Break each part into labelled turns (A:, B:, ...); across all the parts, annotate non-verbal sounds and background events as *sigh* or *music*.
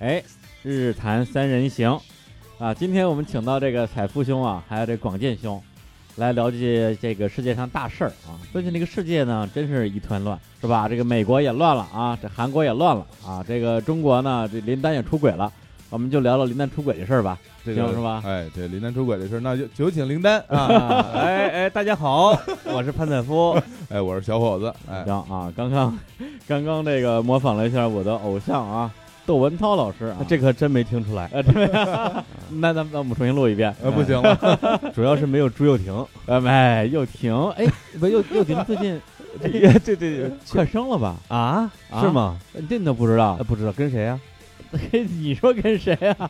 A: 哎，日谈三人行啊，今天我们请到这个彩夫兄啊，还有这广建兄，来了解这个世界上大事儿啊。最近这个世界呢，真是一团乱，是吧？这个美国也乱了啊，这韩国也乱了啊，这个中国呢，这林丹也出轨了。我们就聊聊林丹出轨的事儿吧。
B: 这个
A: 行是吧
B: 哎，对，林丹出轨这事儿，那就有请林丹。
A: 啊，
C: 哎哎，大家好，我是潘采夫。
B: 哎，我是小伙子。哎，
A: 行啊，刚刚刚刚这个模仿了一下我的偶像啊，窦文涛老师啊，
C: 这可真没听出来，
A: 呃，这边那咱们那我们重新录一遍。
B: 呃，不行了，
C: 主要是没有朱又廷。
A: 呃，哎，又停，哎，不，又又停，最近
C: 对对对
A: 快生了吧？
C: 啊，
A: 啊
C: 是吗？
A: 呃这你都不知道
C: 啊，？不知道跟谁啊？
A: 呃 *laughs* 你说跟谁啊？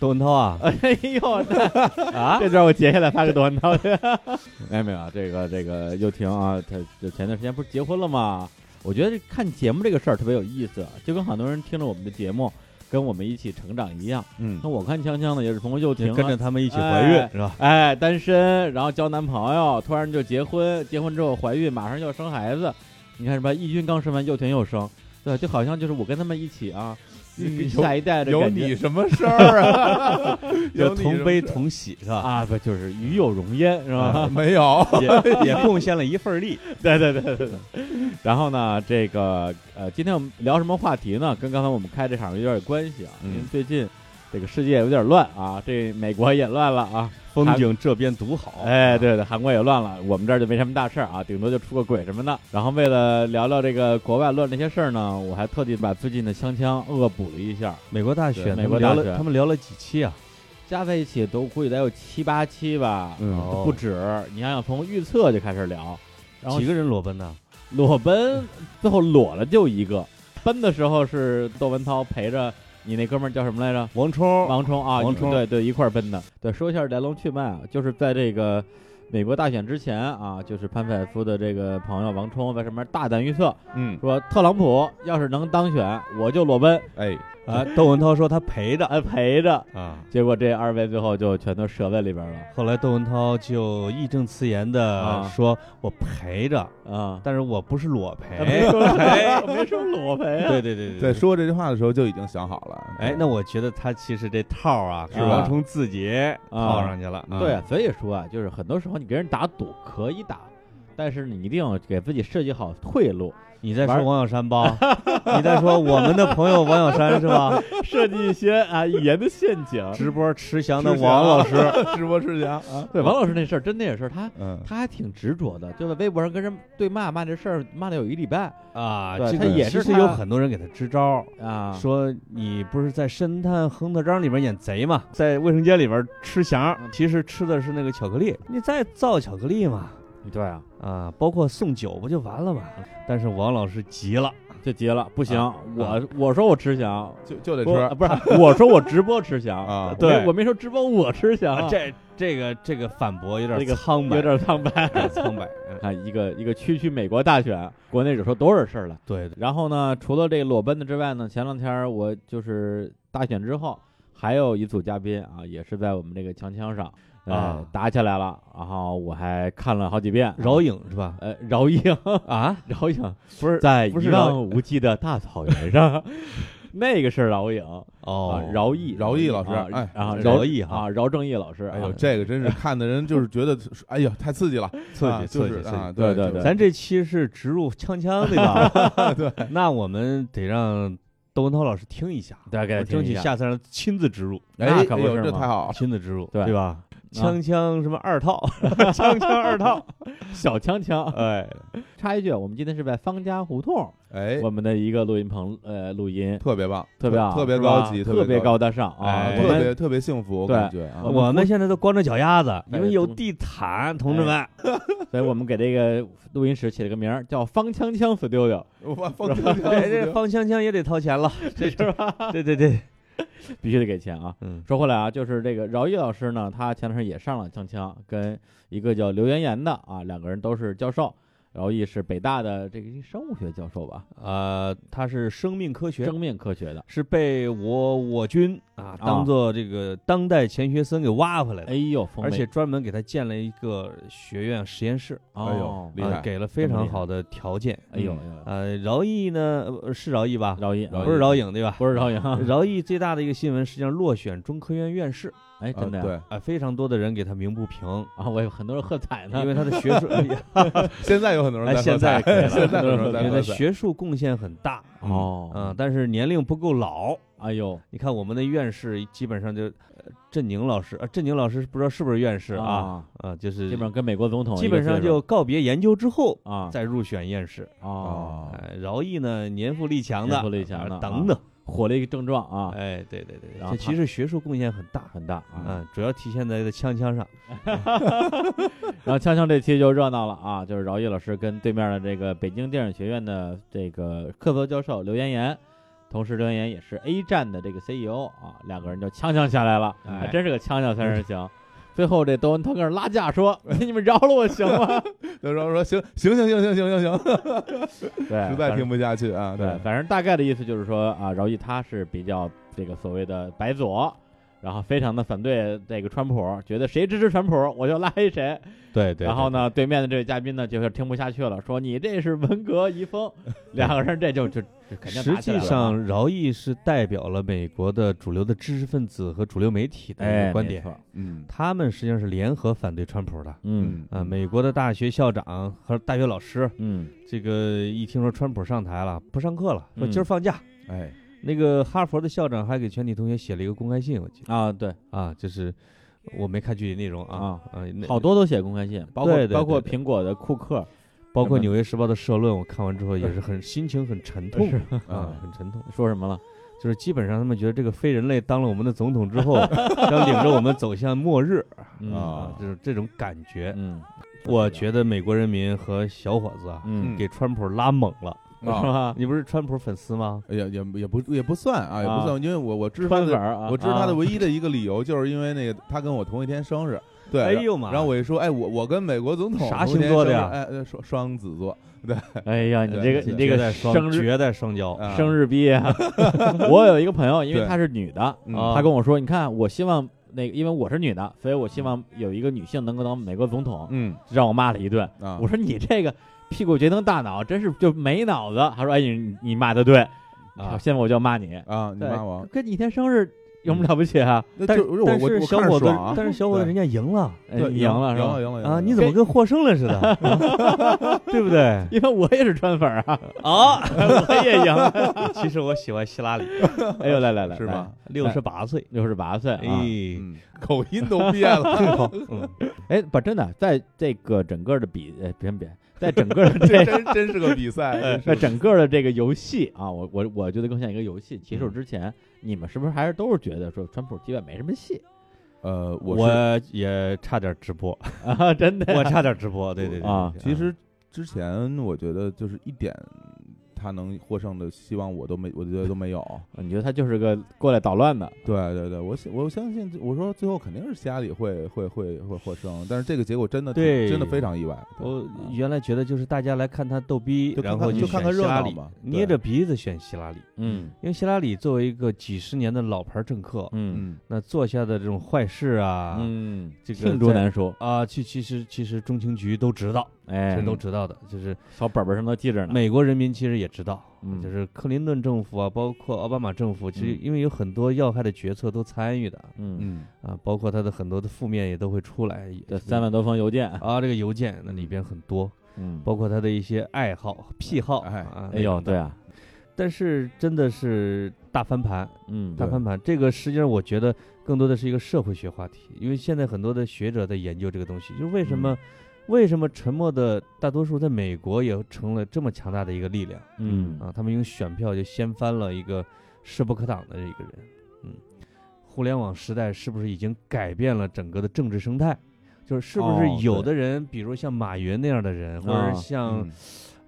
C: 窦文涛啊？
A: *laughs* 哎 *laughs* 呦，那
C: 啊，
A: 这段我截下来发给窦文 *laughs* 涛去。没有没有啊，这个这个又停啊，他就前段时间不是结婚了吗？我觉得看节目这个事儿特别有意思，就跟很多人听着我们的节目，跟我们一起成长一样。
B: 嗯
A: 那，我看锵锵呢，也是从又停
C: 就
A: 啊
C: 跟着他们一起怀孕
A: 哎
C: 是吧？
A: 哎，单身，然后交男朋友，突然就结婚，结婚之后怀孕，马上就要生孩子。你看什么？义军刚生完，又婷又生，对，就好像就是我跟他们一起 *laughs* 啊，孕育
B: 有
A: 下一代的
B: 有
A: 感觉
B: 你什么事儿
A: *laughs*
B: 啊？有
C: 就
B: 你
C: 同
B: 什
C: 悲
B: 么事
C: 同喜是吧？
A: 啊，不就是与有荣焉是吧？ *laughs*
B: 儿没有？
C: 也也贡献了一份力。
A: 对对对对对。然后呢，这个呃，今天我们聊什么话题呢？跟刚才我们开这场有点关系啊，因
B: 嗯
A: 为最近这个世界有点乱啊，这美国也乱了啊，
C: 风景这边独好，
A: 哎，，对对，韩国也乱了，我们这儿就没什么大事儿啊，顶多就出个轨什么的。然后为了聊聊这个国外乱这些事儿呢，我还特地把最近的锵锵恶补了一下，
C: 美国大
A: 对
C: 选，
A: 美国
C: 他
A: 大
C: 们聊
A: 选
C: 了，他们聊了几期啊？
A: 加在一起都估计得有七八期吧，
B: 嗯
C: 哦
A: 不止。你想想，从预测就开始聊，然后
C: 几个人裸奔呢？
A: 裸奔，最后裸了就一个。奔的时候是窦文涛陪着你那哥们儿叫什么来着？
C: 王冲，
A: 王冲啊，
C: 王
A: 一
C: 冲
A: 对对，一块儿奔的。对，说一下来龙去脉啊，就是在这个美国大选之前啊，就是潘采夫的这个朋友王冲在上面大胆预测
B: 嗯，
A: 说，特朗普要是能当选，我就裸奔，
B: 哎，
C: 啊，窦文涛说他陪着
A: 哎陪着。
C: 啊。
A: 结果这二位最后就全都折在里边了
C: 后来窦文涛就义正辞严
A: 啊
C: 的说：“我陪着，
A: 啊！
C: 但是我啊不是裸陪。”
A: 没说没说裸陪啊，
C: 哎 *laughs* 对对对
B: 在。说这句话的时候就已经想好了。
C: 哎，那我觉得他其实这套啊，是
A: 啊
C: 王冲自己套上去了。啊
A: 对，所以说啊，就是很多时候你跟人打赌可以打，但是你一定要给自己设计好退路，
C: 你在说
A: 玩
C: 王小山 *laughs* 吧？你在说我们的朋友王小山是 *laughs* 吧？
A: 设计一些啊语言的陷阱。
C: 直播吃
B: 吃
C: 翔的
B: 翔
C: 王老师，
B: 直播 *laughs* 吃翔啊，
A: 对，王老师那事儿真的也是他。
B: 嗯，
A: 他还挺执着的，就在微博上跟人对骂骂这事儿，骂了有一礼拜
C: 啊，
A: 对
C: 这
A: 他
C: 个
A: 也
C: 其
A: 是
C: 实
A: 他
C: 有很多人给他支招，
A: 啊。
C: 说你不是在《神探亨特章》里边演贼嘛，在卫生间里边吃翔，其实吃的是那个巧克力，你再造巧克力嘛，
A: 对啊，
C: 啊，包括送酒不就完了嘛？但是王老师急了，
A: 就急了，不行，
C: 啊
A: 我我说我吃翔，
B: 就就得
A: 不啊
B: 吃
A: 不是，我说我直播吃翔
B: 啊
A: 我没
C: 对
A: 我没说直播我吃翔
C: 啊
A: 啊，
C: 这这个这个反驳有点
A: 这个
C: 苍白，
A: 有点苍
C: *laughs*
A: 白。
C: 有点苍白。嗯
A: 啊，一个一个区区美国大选，国内惹出多少事儿来？
C: 对对，
A: 然后呢，除了这个裸奔的之外呢，前两天儿我就是大选之后，还有一组嘉宾啊，也是在我们这个锵锵上呃、
C: 啊
A: 打起来了，然后我还看了好几遍。
C: 饶颖是吧？
A: 呃饶颖
C: 啊，
A: *laughs* 饶颖
C: 不是
A: 在
C: 不
A: 一
C: 是饶
A: 望无际的大草原上，那个是饶颖啊
C: 哦，，
A: 饶毅
B: 饶毅老师
A: 啊
B: 哎
A: 啊
C: 饶
A: 饶
C: 毅哈
A: 啊饶正义老师，
B: 哎
A: 啊
B: 呦，这个
A: *laughs*
B: 真是看的人就是觉得，哎呦，太刺激了，
C: 刺
B: 啊
C: 激
B: 就
C: 刺
B: 是
C: 激刺
B: 啊，
C: 激。
A: 对对
B: 就
A: 对
B: 是啊
C: 咱这期是植入锵锵对 *laughs* 吧？对，那我们得让窦文涛老师听一下，
A: 大家给他
C: 我
A: 听
C: 争
A: 一
C: 取
A: 下
C: 下次让他亲自植入，
A: 那
B: 哎，
A: 可
B: 哎
A: 不
B: 呦，
A: 是
B: 这
A: 嘛
B: 太好了，
C: 亲自植入，
A: 对
C: 对吧？
A: 啊
C: 锵锵什么二 *laughs* 套，锵锵二套，
A: 小锵锵。
C: 哎，
A: 插一句，我们今天是在方家胡同，
B: 哎，
A: 我们的一个录音棚，呃，录音
B: 特别棒，
A: 特别好，
B: 特别
A: 是吧
B: 高级，
A: 特
B: 别
A: 高大上啊！
C: 哎
A: 我
B: 特
A: 们
B: 别特别幸福，我
A: 对
B: 感觉啊
A: 我，们
C: *laughs* 我们现在都光着脚丫子，
A: 哎
C: 因为有地毯，同志们。
A: 所以我们给这个录音室起了个名儿叫“方锵锵 Studio”，
B: *laughs* 我啊把放这
C: 对，哎这方香香也得掏钱了，这 *laughs* 是吧？对对 *laughs* 对，
A: 必须得给钱啊！
C: 嗯，
A: 说回来啊，就是这个饶毅老师呢，他前段时间也上了锵锵，跟一个叫刘妍妍的啊，两个人都是教授。饶毅是北大的这个生物学教授吧，
C: 呃，他是生命科学，
A: 正面科学的。
C: 是被我我军啊当做这个当代钱学森给挖回来的，
A: 哎呦，冯
C: 而且
A: 妹
C: 专门给他建了一个学院实验室，
B: 哎呦
A: 哦
B: 厉害
C: 啊，给了非常好的条件。
A: 哎呦，
B: 嗯
A: 哎呦
C: 呃，饶毅呢呃是饶毅嗯吧？
A: 饶毅啊
B: 饶毅
C: 不是饶颖对吧？
A: 不是饶颖啊，
C: 饶毅最大的一个新闻，实际上落选中科院院士，
A: 哎，
B: 啊
A: 真的呀
B: 对，
C: 啊，非常多的人给他鸣不平，
A: 啊，我有很多人喝彩呢，
C: 因为他的学术，
B: 现在有很多人
C: 哎
B: 在
C: 现
B: 喝
C: 在
B: 彩，
C: 可以了
B: *laughs* 现在有很多人在
C: 因为
B: 喝
C: 他
B: 彩
C: 学术贡献很大，
A: 哦，
C: 嗯，但是年龄不够老。
A: 哎呦，
C: 你看我们的院士基本上就，呃郑宁老师啊，郑宁老师不知道是不是院士啊？
A: 啊，
C: 啊，就是
A: 基本上跟美国总统
C: 基本上
A: 一个岁数
C: 就告别研究之后
A: 啊
C: 再入选院士。
A: 哦，
B: 哦
C: 哎，饶毅呢，年富力强的，
A: 年富力强的
C: 啊等等。
A: 火了一个症状啊，
C: 哎，对对对，
A: 然后
C: 对这其实学术贡献很大，
A: 很大啊。
C: 嗯，主要体现在枪枪上。
A: *laughs* 然后锵锵这期就热闹了啊，就是饶毅老师跟对面的这个北京电影学院的这个客座教授刘岩岩，同时刘岩岩也是 A 站的这个 CEO 啊，两个人就锵锵下来了，
C: 哎
A: 还真是个锵锵三人行。最后这窦文涛跟那儿拉架说：“ *laughs* 你们饶了我行吗
B: 他说说行行行行行行行行，？”
A: 对，
B: 实
A: 反
B: 在
A: 正
B: 听不下去啊！
A: 哎对，反正大概的意思就是说啊，饶毅他是比较这个所谓的白左，然后非常的反对这个川普，觉得谁支持川普我就拉黑谁。
C: 对对
A: 然后？呢，对面的这位嘉宾呢就是听不下去了，说你这是文革遗风，两个人这就就就肯定
C: 实
A: 打起来了
C: 际
A: 啊
C: 上，饶毅是代表了美国的主流的知识分子和主流媒体的一
A: 哎
C: 个观点，，
A: 没错
B: 嗯
C: 他们实际上是联合反对川普的。
A: 嗯
C: 啊，美国的大学校长和大学老师，
A: 嗯
C: 这个一听说川普上台了，不上课了，说
A: 嗯
C: 今儿放假。
B: 哎
C: 那个哈佛的校长还给全体同学写了一个公开信，我记得
A: 啊对，
C: 啊，就是我没看具体内容啊啊，那
A: 好多都写公开信，包
C: 对
A: 括
C: 对
A: 包括
C: 对
A: 苹果的库克
C: 包
A: 什么
C: 括《纽约时报》的社论，我看完之后也是很心情很沉痛
A: 是
C: 啊
B: 啊，
C: 很沉痛。
A: 说什么了？
C: 就是基本上他们觉得这个非人类当了我们的总统
A: *laughs*
C: 之后，要领着我们走向末日
A: 嗯
B: 啊
C: 啊，就是这种感觉。
A: 嗯
C: 我觉得美国人民和小伙子啊，
A: 嗯
B: 嗯
C: 给川普拉猛了。
A: 是
B: 啊，
A: 吧？
C: 你不是川普粉丝吗？
B: 也也也不也不算啊，也
A: 啊
B: 不算，因为我我知道
A: 川
B: 他
A: 粉
B: 的，
A: 儿啊，
B: 我知道他的
A: 啊
B: 唯一的一个理由，就是因为那个他跟我同一天生日，对，
A: 啊
C: 哎呦妈
B: 然后我一说，哎，我我跟美国总统
C: 啥
B: 同一天
C: 星座的呀
B: 生日哎，呃双双子座
A: 哎呀，你这个
B: 对
A: 你这个
C: 在
A: 生
C: 双
A: 日
C: 绝代双骄，
B: 啊，
A: 生
B: 日
A: 日逼啊！我有一个朋友，因为
B: 对
A: 她是女的，
C: 啊
A: 她跟我说，你看，我希望那个，因为我是女的，所以我希望有一个女性能够当美国总统，
B: 嗯
A: 让我骂了一顿。
B: 啊，
A: 我说你这个屁股决定大脑，真是就没脑子。她说，哎，你你骂的对，
C: 啊
A: 现在我就要骂你。
B: 啊，你
A: 对
B: 骂我，嗯
A: 跟你一天生日有什么了不起啊？
B: 那
C: 但
B: 就是我
C: 但
B: 我
C: 是
B: 我
C: 小
B: 看着
C: 伙子
B: 爽啊，
C: 但是小伙
B: 对
C: 子
B: 呃
C: 人家赢了
A: 哎
B: 对
A: 你赢了
B: 赢
A: 是吧
B: 了？赢了
C: 啊！你怎么跟获胜了似的？对不对？
A: 因为我也是川粉儿
B: *laughs*
A: 啊，
C: 啊！
A: 我也赢了。 *laughs*
C: 其实我喜欢希拉里，
A: 哎呦，来来来，
B: 是吗？
C: 六十八岁，
A: 六十八岁啊，
C: 哎，
B: 嗯口音都变 *laughs* 了，
C: 好，嗯
A: 哎，不，真的，在这个整个的比，呃，别别，在整个
B: *laughs*
A: 的这
B: 这真真是个比赛，真是
A: 那整个的这个游戏啊，我我我觉得更像一个游戏。
B: 嗯
A: 棋手之前，你们是不是还是都是觉得说川普基本没什么戏 *laughs*
B: 呃，我是
C: 我也差点直播，
A: 啊？真的呀，
C: 我差点直播，对对对
A: 啊
B: 其实之前我觉得就是一点他能获胜的希望我都没，我觉得都没 *laughs* 有。
A: 你觉得他就是个过来捣乱的？
B: 对对对，我相我相信，我说最后肯定是希拉里会会会会获胜，但是这个结果真的挺
C: 对
B: 真的非常意外。对
C: 我原来觉得就是大家来看他逗逼，
B: 就看
C: 然
B: 看
C: 后
B: 就看看
C: 选希
B: 热
C: 拉
B: 闹
C: 里
B: 嘛，对
C: 捏着鼻子选希拉里，
A: 嗯
C: 因为希拉里作为一个几十年的老牌政客，
A: 嗯
B: 嗯
C: 那做下的这种坏事啊，
A: 嗯，
C: 这个
A: 罄竹
C: 在
A: 难书，
C: 啊，其其实其实中情局都知道，
A: 哎
C: 这，都
B: 嗯
C: 知道的，就是
A: 小本本上都记着呢。
C: 美国人民其实也知道，
A: 嗯
C: 就是克林顿政府啊，包括奥巴马政府，其实
A: 嗯
C: 因为有很多要害的决策都参与的
A: 嗯，
B: 嗯
C: 啊，包括他的很多的负面也都会出来，也
A: 这三万多封邮件，
C: 啊，这个邮件那里边很多，
A: 嗯，
C: 包括他的一些爱好、癖好，
B: 哎
C: 啊，
A: 哎呦，对，啊，
C: 但是真的是大翻盘，
A: 嗯
C: 大
B: 对
C: 翻盘，这个实际上我觉得更多的是一个社会学话题，因为现在很多的学者在研究这个东西，就是为什
A: 嗯
C: 么、为什么沉默的大多数在美国也成了这么强大的一个力量
A: 嗯
C: 啊？他们用选票就掀翻了一个势不可挡的一个人，嗯，互联网时代是不是已经改变了整个的政治生态？就是是不
A: 哦
C: 是有
A: 对
C: 的人，比如像马云那样的人，或者
A: 啊
C: 是像、
B: 嗯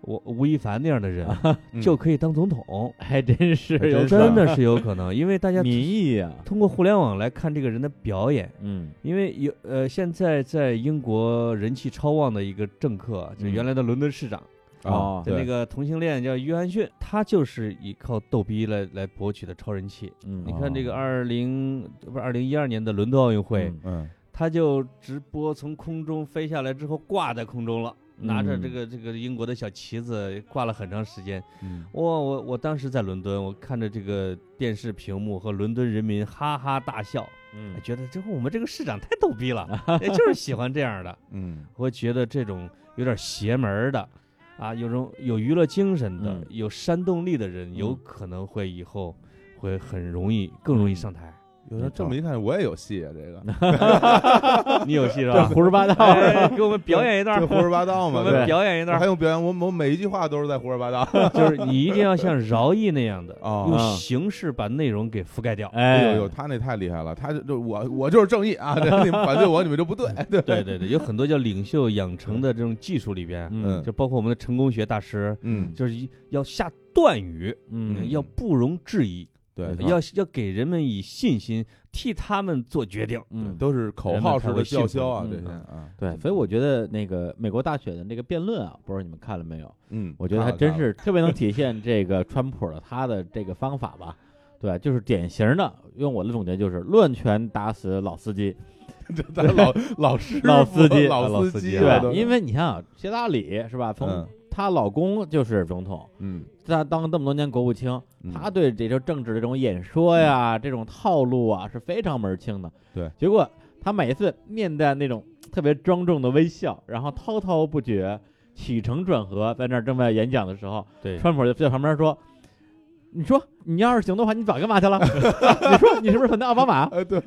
C: 我吴亦凡那样的人
A: *laughs*
C: 就可以当总统，
A: 还真是
B: 还
A: 有
B: 真是
A: 可能
C: 真的是有可能，因为大家
A: 民意呀、
C: 通过互联网来看这个人的表演，
A: 嗯
C: 因为有呃，现在在英国人气超旺的一个政客啊，就是
A: 嗯
C: 原来的伦敦市长，
A: 哦
B: 啊，
C: 就
B: 对
C: 那个同性恋叫约翰逊，他就是依靠逗逼来来博取的超人气。
A: 嗯，
C: 你看这个
B: 哦
C: 二零不是二零一二年的伦敦奥运会，
A: 嗯
B: 嗯
C: 他就直播从空中飞下来之后挂在空中了，拿着这
A: 嗯
C: 个这个英国的小旗子挂了很长时间。
B: 嗯
C: 哇，我我当时在伦敦，我看着这个电视屏幕和伦敦人民哈哈大笑，哎
A: 嗯
C: 觉得这我们这个市长太逗逼了，
A: *laughs*
C: 也就是喜欢这样的。
B: 嗯
C: 我觉得这种有点邪门儿的，啊，有种有娱乐精神的、
A: 嗯
C: 有煽动力的人，有
A: 嗯
C: 可能会以后会很容易更容易上台。
B: 有人这么一看，我也有戏啊，这个
A: *laughs*
C: 你有戏是吧？
A: 胡说八道，
C: 哎给我们表演一段
B: 这
C: 儿，
B: 胡说八道
A: *laughs*
C: 给
B: 嘛，
C: 我
B: 对
C: 们表演一段
B: 还 *laughs*
C: 儿，
B: 用表演？我我每一句话都是在胡说八道。
C: 就是你一定要像饶毅那样的，
B: 哦
C: 用
A: 嗯
C: 形式把内容给覆盖掉。
A: 哎
B: *laughs* 呦呦，他那太厉害了，他就就我我就是正义啊！ *laughs* 对你们反对我，你们就不对。对
C: 对对对，有很多叫领袖养成的这种技术里边，
A: 嗯
C: 就包括我们的成功学大师，
B: 嗯，
C: 就是一要下断语，
A: 嗯
C: 要不容置疑，
B: 对，
A: 没错
C: 要要给人们以信心，替他们做决定。
A: 嗯
B: 都是口号式的叫嚣啊，这
A: 人
B: 些
A: 们
B: 啊，
A: 对，所以我觉得那个美国大选的那个辩论啊，不知道你们看了没有？
B: 嗯，
A: 我觉得还
B: 看
A: 真
B: 了
A: 是特别能体现这个川普的他的这个方法吧。对，就是典型的，用我的总结就是乱拳打死老司机。
B: 看 *laughs* 了
A: *laughs*
B: 老老师傅
A: 老司机
B: 老
C: 老司机
B: 机
C: 啊
B: 了
A: 对，
B: 都，
A: 因为你看啊，希拉里是吧？从
B: 嗯
A: 她老公就是总统，
B: 嗯，
A: 她当这么多年国务卿，
B: 嗯
A: 她对这些政治的这种演说呀、这种套路啊是非常门儿清的。
B: 对，
A: 结果她每一次面带那种特别庄重的微笑，然后滔滔不绝、起承转合，在那儿正在演讲的时候，
C: 对
A: 川普就在旁边说：“你说你要是行的话，你早干嘛去了？ *laughs* 你说你是不是反对奥巴马？
B: 呃，对，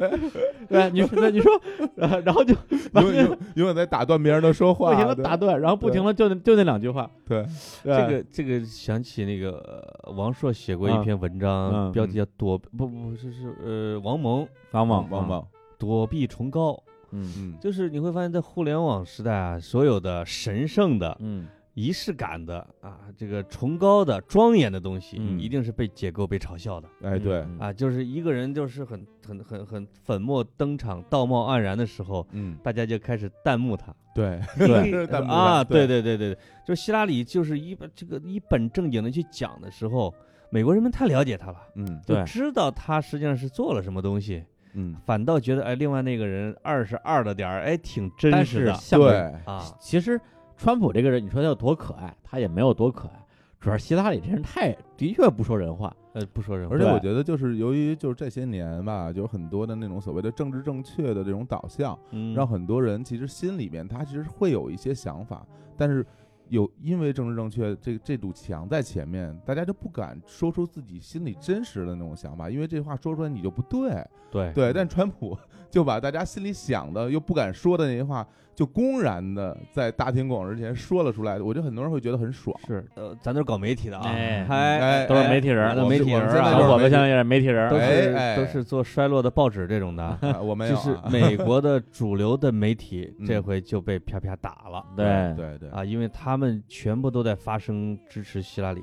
A: 对，你对你说，呃然后就完
B: 永远
A: 全
B: 永永远在打断别人的说
A: 不
B: 话，
A: 停的打断，然后不停的就那就那两句话。
B: 对，
A: 对
C: 这个这个想起那个呃王朔写过
A: 嗯
C: 一篇文章，
A: 嗯
C: 标题叫《躲不不是是呃王蒙
A: 王
B: 棒
A: 猛
B: 棒，棒，
C: 躲避崇高》，
A: 嗯
B: 嗯，
C: 就是你会发现在互联网时代啊，所有的神圣的、
A: 嗯
C: 仪式感的啊，这个崇高的、庄严的东西，
A: 嗯
C: 一定是被解构、被嘲笑的。
B: 哎，对，
A: 嗯
C: 啊，就是一个人就是很很很很粉墨登场、道貌岸然的时候，
B: 嗯，
C: 大家就开始弹幕他。
B: 对，
A: 对
B: 是弹幕
C: 啊，
B: 上对
C: 对对对对对，就是希拉里就是一本这个一本正经的去讲的时候，美国人们太了解他了，
B: 嗯
A: 对
C: 就知道他实际上是做了什么东西，
B: 嗯，
C: 反倒觉得哎，另外那个人二十二了点儿，哎，挺真
A: 但
C: 实
A: 是
C: 的
A: 像
B: 对，
C: 啊，
A: 其实川普这个人，你说他有多可爱，他也没有多可爱，主要是希拉里这人太的确不说人话。
C: 呃，不说人话
B: 而且
A: 对
B: 我觉得，就是由于就是这些年吧，有很多的那种所谓的政治正确的这种导向，
C: 嗯
B: 让很多人其实心里面他其实会有一些想法，但是有因为政治正确这这堵墙在前面，大家就不敢说出自己心里真实的那种想法，因为这话说出来你就不对。
C: 对
B: 对，但川普 *laughs* 就把大家心里想的又不敢说的那些话，就公然的在大庭广众之前说了出来，我觉得很多人会觉得很爽。
C: 是呃，咱都是搞媒体的啊，
A: 哎
B: 哎
A: 都是媒体人
C: 哎
A: 儿
C: 都是媒体人儿
B: 哎
A: 小
B: 我
C: 啊，
A: 伙子
B: 们现在就是媒体
A: 现在也是媒体人
C: 都
A: 儿，
C: 是
B: 哎哎
C: 都是做衰落的报纸这种的。
B: 啊我没有
C: 就
B: 啊、
C: 是美国的主流的媒体，
B: 嗯
C: 这回就被啪啪打了。
A: 对
B: *laughs* 对对，
C: 啊，因为他们全部都在发声支持希拉里，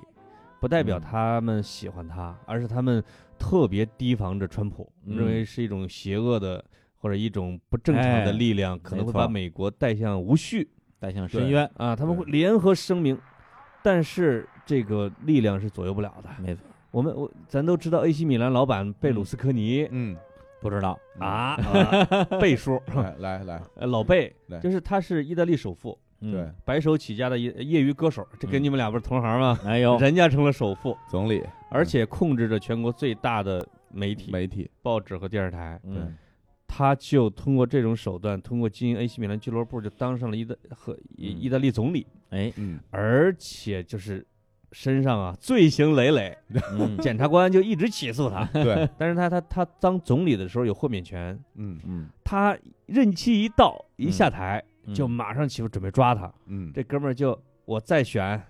C: 不代表
A: 嗯
C: 他们喜欢他，而是他们特别提防着川普，认为是一种邪恶的或者一种不正常
A: 嗯哎
C: 的力量，
A: 没
C: 可能会
A: 错
C: 把美国带向无序
A: 带向深渊，
C: 啊，他们会
B: 对
C: 联合声明，但是这个力量是左右不了的。
A: 没错，
C: 我们我咱都知道 AC 米兰老板贝鲁斯科
A: *laughs*
C: 尼、
B: 嗯
A: 不知道，
C: 啊，啊贝叔，
B: 来来来，
C: 呃老贝
B: 对，
C: 就是他是意大利首富，
A: 嗯
B: 对，，
C: 白手起家的业业余歌手，这跟
A: 嗯
C: 你们俩不是同行吗？
A: 哎呦，
C: 人家成了首
A: 嗯
C: 富，
B: 总理
C: 而且控制着全国最大的媒体、
B: 媒体，
C: 报纸和电视台。
A: 嗯
C: 他就通过这种手段，通过经营 AC 米兰俱乐部，就当上了意大和意
A: 嗯
C: 意大利总理，
A: 哎，
B: 嗯，。
C: 而且就是身上啊罪行累累，
A: *laughs* 嗯
C: 检察官就一直起
A: *laughs*
C: 诉他
B: 对，
C: 但是他他他当总理的时候有豁免权，
B: *laughs* 嗯
A: 嗯，
C: 他任期一到一
A: 嗯
C: 下台，
A: 嗯
C: 就马上起诉准备抓他。
B: 嗯，
C: 这哥们儿就我再选，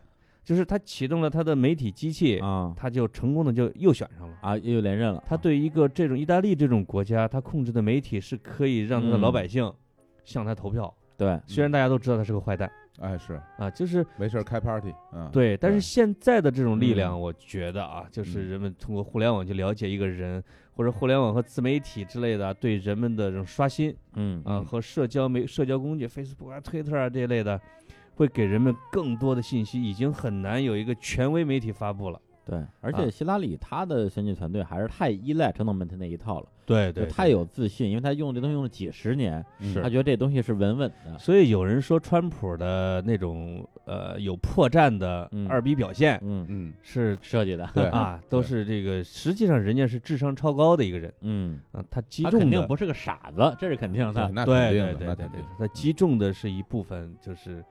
C: 就是他启动了他的媒体机器，
A: 啊
C: 他就成功的就又选上了。
A: 啊又连任了，
C: 他对一个这种意大利这种国家，他控制的媒体是可以让他的
A: 嗯
C: 老百姓向他投票。
A: 对，
C: 虽然大家都知道他是个坏蛋，
B: 哎，是
C: 啊，就是
B: 没事儿开 party，嗯，
C: 对，但是
B: 对
C: 现在的这种力量，
B: 嗯
C: 我觉得啊，就是
B: 嗯
C: 人们通过互联网去了解一个人，或者互联网和自媒体之类的啊，对人们的这种刷新
A: 嗯
C: 啊，和社交媒社交工具，Facebook 啊、Twitter 啊这一类的，会给人们更多的信息，已经很难有一个权威媒体发布了。
A: 对，而且希拉里她的选举团队还是太依赖传统媒体那一套了，
C: 对
A: 就太有自信，因为他用这东西用了几十年，
B: 嗯
A: 他觉得这东西是稳稳的。
C: 啊所以有人说川普的那种呃有破绽的
A: 嗯
C: 二逼表现
A: 嗯，
B: 嗯，
C: 是
A: 设计的，
B: 对
C: 啊，都
B: 对
C: 是这个实际上人家是智商超高的一个人
A: 嗯，
C: 啊，他击
A: 他肯
C: 中
A: 定
C: 的
A: 不是个傻子，这是肯定
B: 对
A: 的。
B: 那肯
C: 对
B: 定
C: 对
B: 的，
C: 对
B: 那
C: 对
B: 肯
C: 对
B: 定的，
C: 那击中的是一部分，就是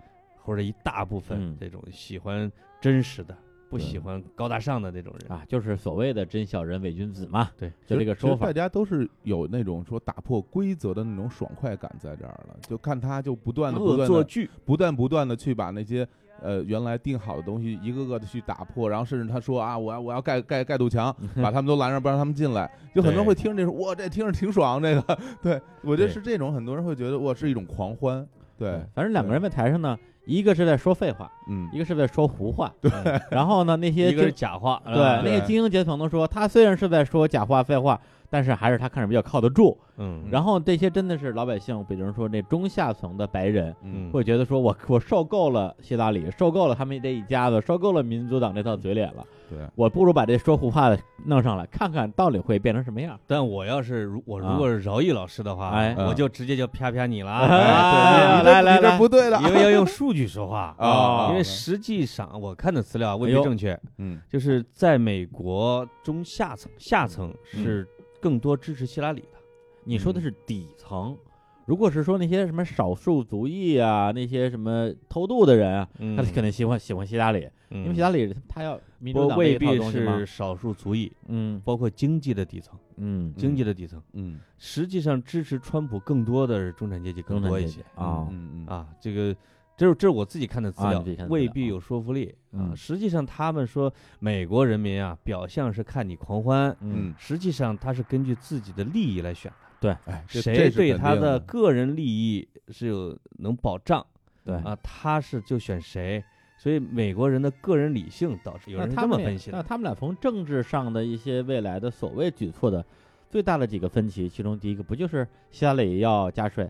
C: 或者一大部分
A: 嗯
C: 这种喜欢真实的，不
A: 对
C: 喜欢高大上的那种人。
A: 啊，就是所谓的真小人伪君子嘛，
C: 对，
A: 就这个
B: 其实
A: 说法
B: 大。家都是有那种说打破规则的那种爽快感在这儿了，就看他就不断的不
C: 恶
B: 断
C: 作
B: 的
C: 剧，
B: 不断不断的去把那些呃原来定好的东西一个个的去打破，然后甚至他说啊，我要我要盖盖盖堵
C: *laughs*
B: 墙，
A: 嗯
B: 把他们都拦上，不让他们进来。就很多人
C: 对
B: 会听着这说，哇，这听着挺爽，这个 *laughs* 对我觉得
A: 对
B: 是这种，很多人会觉得哇是一种狂欢，对，
A: *laughs* 反正两个人在台上呢，一个是在说废话，
B: 嗯
A: 一个是在说胡话。对，然后呢，那些
C: 嗯一个是
A: 精
C: 假话，
A: 对
C: 啊
A: 那些
B: 对
A: 精英阶层都说，他虽然是在说假话废话，但是还是他看着比较靠得住。
C: 嗯，
A: 然后这些真的是老百姓，比如说那中下层的白人，
C: 嗯
A: 会觉得说我我受够了希拉里，受够了他们这一家子，受够了民主党这套嘴脸了，
C: 嗯 *laughs*
B: 对，
A: 我不如把这说胡话的弄上来，看看到底会变成什么样。
C: 但我要是如我如
A: 啊
C: 果是饶毅老师的话，
A: 哎
C: 我
B: 嗯
C: 就直接就啪啪你了
A: 哎对
C: 啊，
B: 你
A: 来
B: 这
A: 来
B: 你这
A: 来
B: 不对了，
C: 因为要用数据说 *laughs* 话
B: 啊
C: 因为
B: 啊
C: 实际上我看的资料未
A: 哎
C: 必
A: 呦
C: 正确，
B: *laughs* 嗯
C: 就是在美国中下层下层是更多支持希拉里的，
A: 你说的是底
C: 嗯
A: 层，如果是说那些什么少数族裔啊，那些什么偷渡的人啊，
C: 嗯
A: 他肯定喜欢喜欢希拉里，
C: 因
A: 因为希拉里他要民
C: 不
A: 主党这
C: 未
A: 一套
C: 必
A: 东西嘛
C: 是。少数族裔，
A: 嗯
C: 包括经济的底层，
A: 嗯，
C: 经济的底层，
B: 嗯
C: 实际上支持川普更多的是中产阶级更
A: 中产
C: 多
A: 阶
C: 一
A: 级
C: 些
A: 啊，
B: 嗯嗯
C: 啊，这个。这是这是我自己看的资
A: 啊
C: 料，
A: 你自己看的资料
C: 未必有说服力啊。
A: 嗯
C: 实际上，他们说美国人民啊，表象是看你狂欢，
A: 嗯
C: 实际上他是根据自己的利益来选的。
B: 哎，这
C: 谁
B: 这是
C: 对
B: 肯
C: 他
B: 定
C: 的
B: 的
C: 个人利益是有能保障
A: 对
C: 啊，他是就选谁。所以美国人的个人理性倒是有
A: 那
C: 人是
A: 他
C: 这
A: 们
C: 么
A: 俩
C: 分析
A: 那
C: 的。
A: 他们俩从政治上的一些未来的所谓举措的最大的几个分歧，其中第一个不就是希拉里要加税，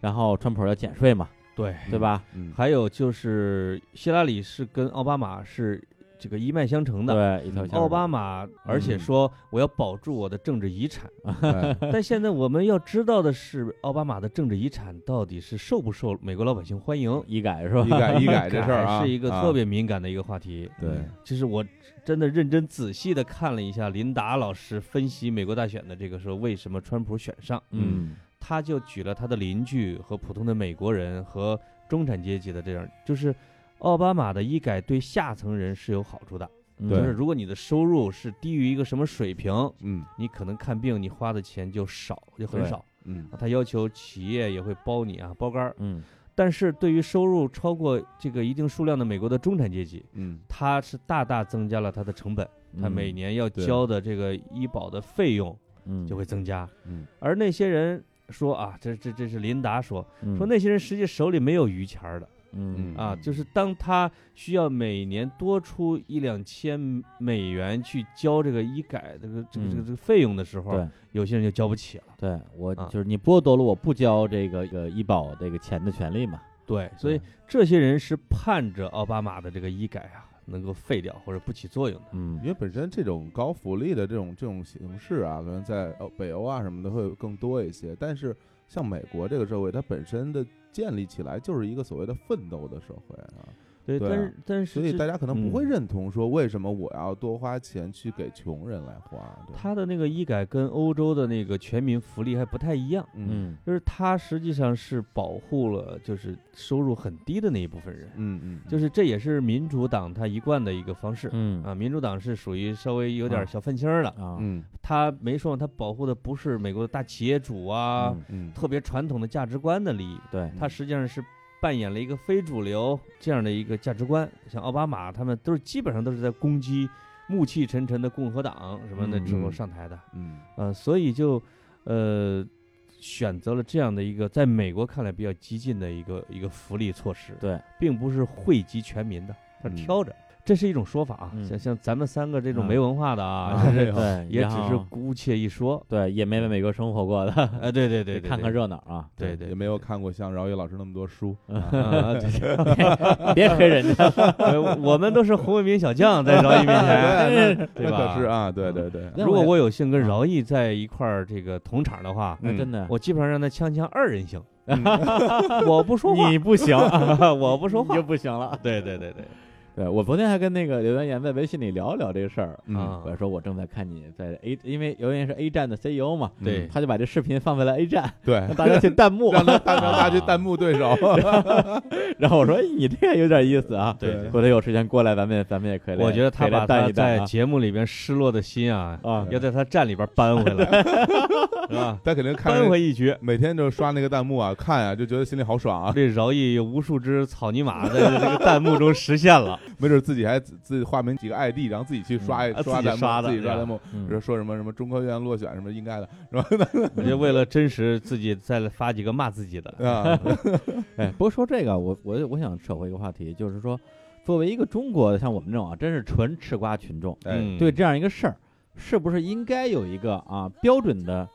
A: 然后川普要减税嘛，
C: 对，
A: 对吧？
C: *laughs*
B: 嗯
C: 还有就是希拉里是跟奥巴马是这个一脉相承的。
A: 对，一条线儿
C: 嗯奥巴马，而且说我要保住我的政治遗产，
B: 哎
C: 但现在我们要知道的是，奥巴马的政治遗产到底是受不受美国老百姓欢迎？
A: 医改是吧？
B: 医改医改这事儿
C: *laughs*
B: 啊，
C: 是一个
B: 啊
C: 特别敏感的一个话题。
B: 对
A: 嗯，
C: 就是我真的认真仔细的看了一下林达老师分析美国大选的这个时候，为什么川普选上？
A: 嗯
C: 他就举了他的邻居和普通的美国人和中产阶级的这样，就是奥巴马的医改对下层人是有好处的，
A: 嗯，
C: 就是
B: 对
C: 如果你的收入是低于一个什么水平，
B: 嗯
C: 你可能看病你花的钱就少，就很
A: 对
C: 少。
B: 嗯
C: 他要求企业也会包你啊，包干儿。
A: 嗯
C: 但是对于收入超过这个一定数量的美国的中产阶级，
B: 嗯
C: 他是大大增加了他的成本，他
A: 嗯
C: 每年要
B: 对
C: 交的这个医保的费用
A: 嗯
C: 就会增加。
B: 嗯
C: 而那些人说啊，这这这是琳达说
A: 嗯
C: 说那些人实际手里没有余钱儿的
A: 嗯
B: 嗯
C: 啊，就是当他需要每年多出一两千美元去交这个医改这个这个这个
A: 嗯
C: 这个费用的时候
A: 对，
C: 有些人就交不起了。
A: 对我
C: 啊
A: 就是你剥夺了我不交这个呃医保这个钱的权利嘛，
C: 对，所以
A: 对
C: 这些人是盼着奥巴马的这个医改啊能够废掉或者不起作用的。
A: 嗯
B: 因为本身这种高福利的这种这种形式啊，可能在欧北欧啊什么的会更多一些。但是像美国这个社会，它本身的建立起来就是一个所谓的奋斗的社会啊，
C: 对，
B: 对啊
C: 但是但是
B: 所以
C: 这
B: 大家可能不会
C: 嗯
B: 认同说为什么我要多花钱去给穷人来花。对吧
C: 他的那个医改跟欧洲的那个全民福利还不太一样，
B: 嗯
A: 嗯
C: 就是他实际上是保护了就是收入很低的那一部分人，
B: 嗯嗯，
C: 就是这也是民主党他一贯的一个方式。
A: 嗯
C: 啊，民主党是属于稍微有
A: 啊
C: 点小愤青儿了，
A: 啊
B: 嗯
C: 他没说他保护的不是美国的大企业主啊，
A: 嗯
B: 嗯
C: 特别传统的价值观的利益，
A: 对
C: 他实际上是扮演了一个非主流这样的一个价值观。像奥巴马他们都是基本上都是在攻击暮气沉沉的共和党什么的
A: 嗯
C: 之后 *laughs*
B: 嗯
C: 上台的，
B: 嗯
C: 呃，所以就呃，选择了这样的一个在美国看来比较激进的一个一个福利措施，
A: 对，
C: 并不是惠及全民的，它是
B: 嗯
C: 挑着。这是一种说法啊，
A: 嗯
C: 像像咱们三个这种
A: 嗯
C: 没文化的啊，
B: *laughs* 哎
C: 就是
B: 呦
A: 对，
C: 也
A: 然
C: 只是
A: 后
C: 姑且一说。
A: 对，也没在美国生活过的，
C: 哎，对对对，对对
A: *laughs* 看看热闹啊，
C: 对对
B: 也没有看过像饶毅老师那么多
C: *laughs*
B: 书，
C: 啊啊对对 *laughs*
A: 别黑人家，
C: 呃我们都是红卫兵小将，在饶毅面前，对
B: 那
C: 吧？嗯
B: 可是啊，对对对，
A: 那
C: 如果
A: 我
C: 我有幸跟
A: 啊
C: 饶毅在一块儿这个同场的话，
A: 哎
B: 嗯
A: 真的，
C: 我基本上让他锵锵二人行， *laughs* 我
A: *laughs*
C: 不说话
A: 你，不行，
C: *laughs* 我不说
A: 你
C: 话
A: 就。不行了。
C: 对对对对，
A: 对我昨天还跟那个刘元岩在微信里聊一聊这个事儿，
B: 嗯，
C: 啊
A: 我，说我正在看你在 A，因为刘元岩是 A 站的 CEO 嘛，嗯
C: 对
A: 他就把这视频放在了 A 站， *laughs*
B: 对， *laughs*
A: 让大家去弹幕，
B: 让他当成他去弹幕对
C: *laughs*
B: 手，
A: *laughs* 然后我说哎你这个有点意思啊，
C: 对对
A: 回头有时间过来咱们咱们也可以来，
C: 我觉得他
A: 可以来
C: 把
A: 弹
C: 他
A: 一弹
C: 在
A: 啊
C: 节目里边失落的心啊，
A: 啊
C: 要在他站里边扳回 *laughs* 来，是吧？
B: 他肯定看
C: 扳
B: 着
C: 回一局。
B: 每天就刷那个弹幕啊，看啊就觉得心里好爽啊，
C: 这饶毅有无数只草泥马在这个弹幕中实现 *laughs* 了，
B: 没准自己还自自己化名几个 ID，然后自己去刷
C: 嗯啊
B: 刷
C: 自己
B: 弹
C: 刷
B: 幕，
C: 的
B: 自己刷
C: 对吧
B: 弹幕，
A: 嗯
B: 说说什么什么中科院落选什么应
C: *laughs*
B: 该的
C: 我就为了真实自己再发几个骂自己的，
B: 啊，
A: 哎，不过说这个，我我我想扯回一个话题，就是说，作为一个中国的像我们这种啊，真是纯吃瓜群众，
B: 哎，
C: 嗯
A: 对这样一个事儿，是不是应该有一个啊标准的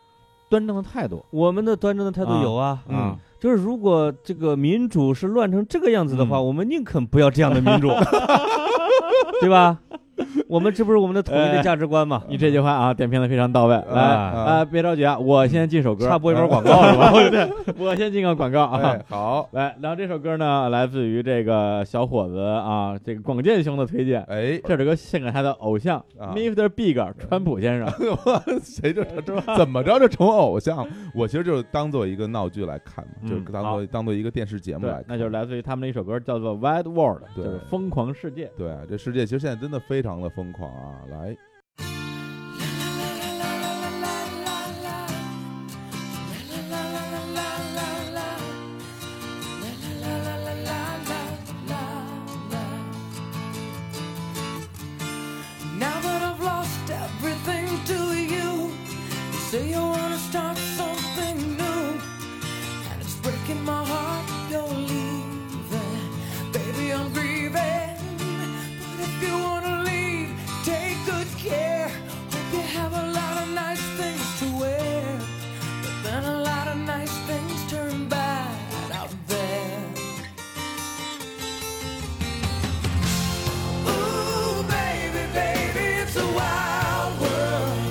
A: 端正的态度？
C: 我们的端正的态度
A: 啊
C: 有啊，
B: 嗯
A: 啊
C: 就是如果这个民主是乱成这个样子的话，
A: 嗯
C: 我们宁肯不要这样的民 *laughs* 主，对吧？我们这不是我们的统一的价值观嘛？
A: 你这句话啊，点评的非常到位。来，
C: 啊
B: 啊
A: 啊，别着急啊，我先进首歌，
C: 插播一波广告
A: 告是吧？对，我先进个广告啊
B: 哎。好，
A: 来，然后这首歌呢，来自于这个小伙子啊，这个广建兄的推荐。
B: 哎，
A: 这首歌献给他的偶像
B: 啊
A: Mr. Big 川普先 *laughs* 生。
B: 谁就怎么着就成偶像了？我其实就是当做一个闹剧来看嘛，
A: 嗯
B: 就是当做当做一个电视节目来
A: 对
B: 看，，
A: 那就是来自于他们的一首歌，叫做《Wide World》，就
B: 对
A: 是疯狂世界。
B: 对啊，这世界其实现在真的非常的疯狂啊！来，
D: Now that I've lost everything to you, you say you wanna start something new, and it's breaking my heart you're leaving. Baby, I'm grieving, but if you wanna leave, take good care. Hope you have a lot of nice things to wear, but then a lot of nice things turn bad out there. Ooh, baby, baby, it's a wild world.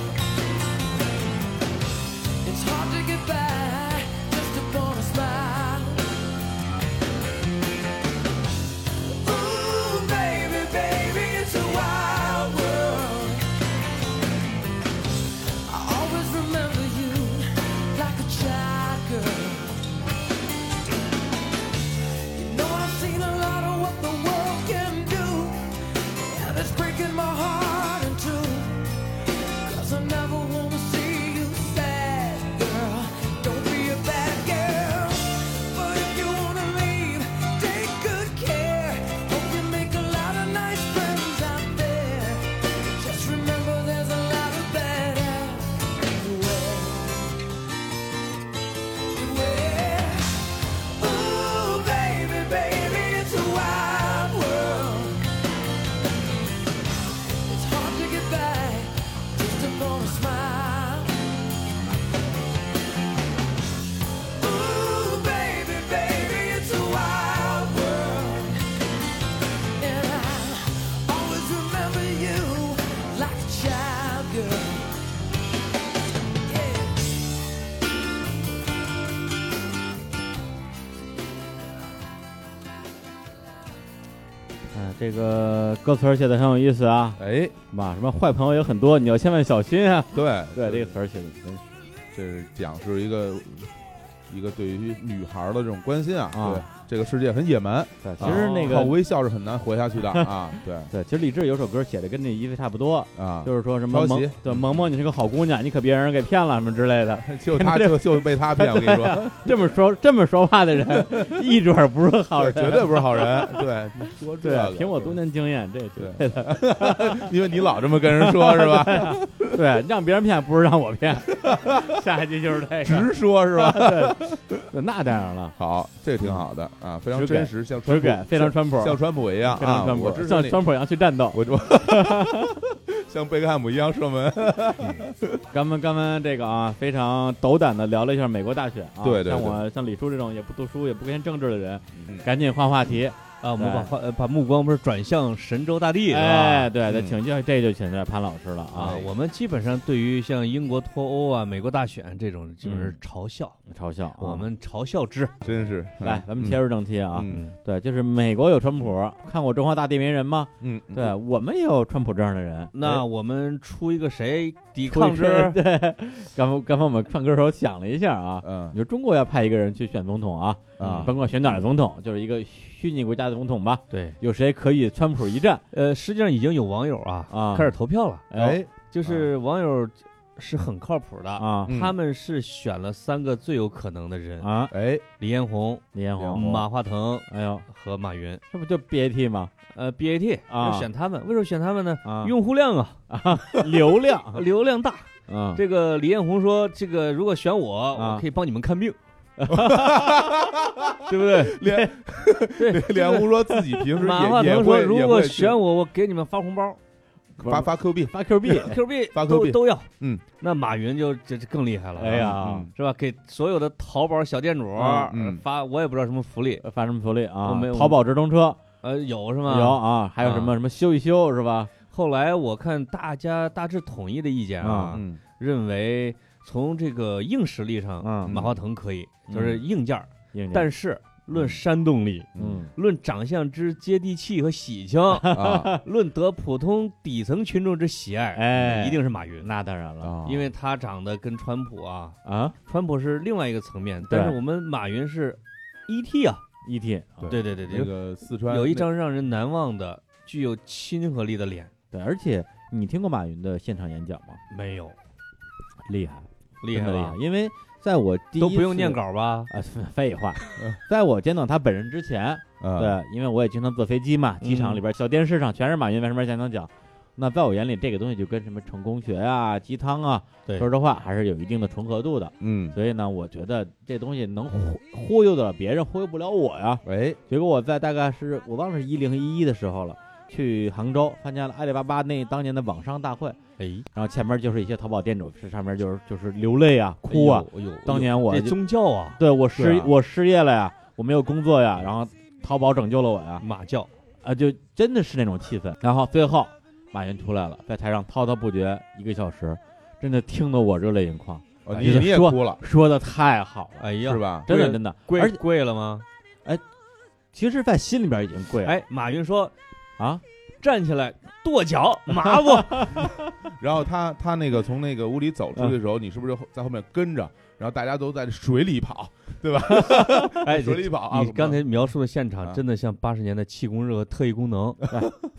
D: It's hard to get by just upon a smile. Ooh, baby, baby, it's a wild world. I always remember you like a child girl. You know I've seen a lot of what the world can do. And it's breaking my heart in two. Cause I never wanna see you sad, girl. Don't be a bad girl. But if you wanna leave, take good care. Hope you make a lot of nice friends out there. Just remember there's a lot of bad out everywhere. Everywhere. Ooh, baby, baby, it's a wild world. It's hard to get by just upon a smile. Ooh, baby, baby, it's a wild world. And I always remember you like a child girl. Yeah.
A: 啊，这个歌词儿写的很有意思啊，
B: 哎，
A: 嘛，什么坏朋友有很多，你要千万小心啊。
B: 对
A: 对，这个
B: 这
A: 词儿写的真是
B: 这是讲述一个一个对于女孩儿的这种关心啊，
A: 啊
B: 对，这个世界很野蛮，
A: 对，其实那
B: 靠
A: 个
B: 微笑是很难活下
A: *laughs*
B: 去的啊。对
A: 对，其实李志有首歌写的跟这意思差不多，
B: 啊，
A: 就是说什么
B: 抄
A: 萌
B: 袭
A: 对萌萌你是个好姑娘，你可别让人给骗了什么之类的。
B: *laughs* 就他就就被他骗，我跟你
A: *laughs*
B: 说，
A: 这么说这么说话的
B: *laughs*
A: 人，一准儿不是好
B: 对
A: 人，
B: 绝对不是好人。对，你说这个
A: *laughs* 对。凭我多年经验，这绝
B: *laughs*
A: 对的。
B: 因为你老这么跟人说，是吧？
A: 对，让别人骗不是让我
B: *laughs*
A: 骗。下一句哎就是这个，
B: 直说，
A: *laughs*
B: 是吧？
A: 那当然了，
B: 好，这挺好的啊，非常
A: 直给
B: 真实，像
A: 直
B: 川普
A: 给，非常川普，
B: 像川普一样
A: 非常
B: 啊，
A: 川
B: 我
A: 普，
B: 支持
A: 像
B: 你，
A: 川普一样去战斗。
B: 我说
A: *laughs*
B: 像贝克汉姆一样射门，
A: 咱们刚刚这个啊，非常斗胆的聊了一下美国大选啊，
B: 对对
A: 像
B: 对
A: 我像李叔这种也不读书也不关心政治的人，
B: 嗯
A: 赶紧换话题。
C: 啊，我们
A: 对
C: 把话呃把目光不是转向神州大地，是吧
A: 哎，对对，
B: 嗯哎
A: 请教这就请教潘老师了啊
C: 啊，，我们基本上对于像英国脱欧啊、美国大选这种，基本
A: 嗯
C: 上是嘲笑，
A: 嘲笑啊
C: 我们嘲笑之。
B: 真是
A: 来，咱们切入正题啊，
B: 嗯
A: 对，就是美国有川普，看过《中华大地名人》吗？
B: 嗯，嗯
A: 对，啊我们也有川普这样的人。
C: 那
A: 哎
C: 我们出一个谁抵
A: 出于
C: 抗之？
A: *laughs* 对，刚才刚才我们唱歌的时候想了一下啊，
B: 嗯
A: 你说中国要派一个人去选总统啊，
B: 啊
A: 甭管选哪儿的总统，就是一个虚拟国家的总统吧，
C: 对，
A: 有谁可以川普一战
C: 呃，实际上已经有网友啊
A: 啊
C: 开始投票了，
A: 哎
B: 哎，
C: 就是网友是很靠谱的，
A: 啊
B: 嗯
C: 他们是选了三个最有可能的人：
A: 啊？
B: 哎， *laughs*
C: 李彦宏、
A: 李彦宏，
C: 马化腾
A: 哎呦，
C: 和马云。
A: 这不就 BAT 吗？
C: 呃，BAT
A: 啊
C: 要选他们，为什么选他们呢？
A: 啊，
C: 用户 *laughs* 量啊，
A: 流量，
C: 流量大。
A: 嗯，
C: 这个李彦宏说：“这个如果选我，
A: 啊
C: 我可以帮你们看病，对不对？” *laughs*
B: 脸
C: 对，
B: 脸
C: 这个
B: 红说自己平时
C: 马化
B: 也也
C: 腾说：“
B: 会
C: 如
B: 也
C: 果
B: 会去
C: 选我，我给你们发红包，
B: 发发 Q 币，
A: 发 Q
C: *laughs*
A: 币，
C: Q 币
B: 发 Q
C: 都
B: 币
C: 都要。”
B: 嗯，
C: 那马云就这这更厉害了，啊
A: 哎呀
B: 嗯，
C: 是吧？给所有的淘宝小店主
A: 嗯
B: 嗯
C: 发，我也不知道什么福利，
A: 发什么福利啊
C: 我没？有
A: 淘宝直通车
C: 呃，有是吗？
A: 有。啊，还有什么什么修一修是吧？
C: 后来我看大家大致统一的意见啊，
B: 嗯
C: 认为从这个硬实力上，
A: 嗯
C: 马化腾可以，就是硬件儿，
A: 硬件
C: 但是论
B: 嗯
C: 煽动力，
A: *laughs* 嗯
C: 论长相之接地气和喜庆，
B: 啊
C: 论得普通底层群众之喜爱，
A: 哎
C: 一定是马云，
A: 那当然了
B: 啊，
C: 因为他长得跟川普啊，
A: 啊
C: 川普是另外一个层面，但是我们马云是 ET 啊，
A: ，ET 啊
C: 对对对
B: 那
C: 对，
B: 个四川
C: 有一
B: 那
C: 张让人难忘的、具有亲和力的脸，
A: 对，而且你听过马云的现场演讲吗？
C: 没有，
A: 厉害，
C: 厉
A: 真
C: 害
A: 的厉
C: 吧
A: 害，？因为在我第一
C: 都不用
A: 次
C: 念稿吧？
A: 啊，废
C: *laughs*
A: 话
B: 嗯，
A: 在我见到他本人之前，
B: 啊
A: 对，因为我也经常坐飞机
C: 嗯
A: 嘛，机场里边小电视上全是马云为什么讲讲讲。那在我眼里，这个东西就跟什么成功学啊、鸡汤啊，
C: 对
A: 说实话还是有一定的重合度的。
B: 嗯
A: 所以呢，我觉得这东西能忽忽悠得了别人，忽悠不了我呀。
B: 哎
A: 结果我在大概是我忘了是一零一一的时候了，去杭州参加了阿里巴巴那当年的网商大会，
C: 哎，
A: 然后前面就是一些淘宝店主，这上面就是就是流泪啊、哭啊。
C: 哎呦！哎呦
A: 当年我
C: 这
A: 就
C: 宗教啊，
A: 对我失、
B: 对啊
A: 我失业了呀，我没有工作呀，然后淘宝拯救了我呀，
C: 马教，
A: 啊，就真的是那种气氛。然后最后马云出来了，在台上滔滔不绝一个小时，真的听得我热泪盈眶，
B: 哦
A: 哎
B: 你你也
A: 说
B: 哭了
A: 说的太好了，
C: 哎呀，
B: 是？吧？
A: 真的
C: 对
A: 真的，
C: 跪
A: 而且
C: 跪了吗？
A: 其实，在心里边已经跪了、
C: 哎，马云说
A: 啊，
C: 站起来跺脚，麻不？
B: 然后他他那个从那个屋里走出去的时候，你是不是就在后面跟着？然后大家都在水里跑，
C: 哎，
B: 水里跑啊！
C: 你刚才描述的现场
B: 啊
C: 真的像八十年代气功热和特异功能，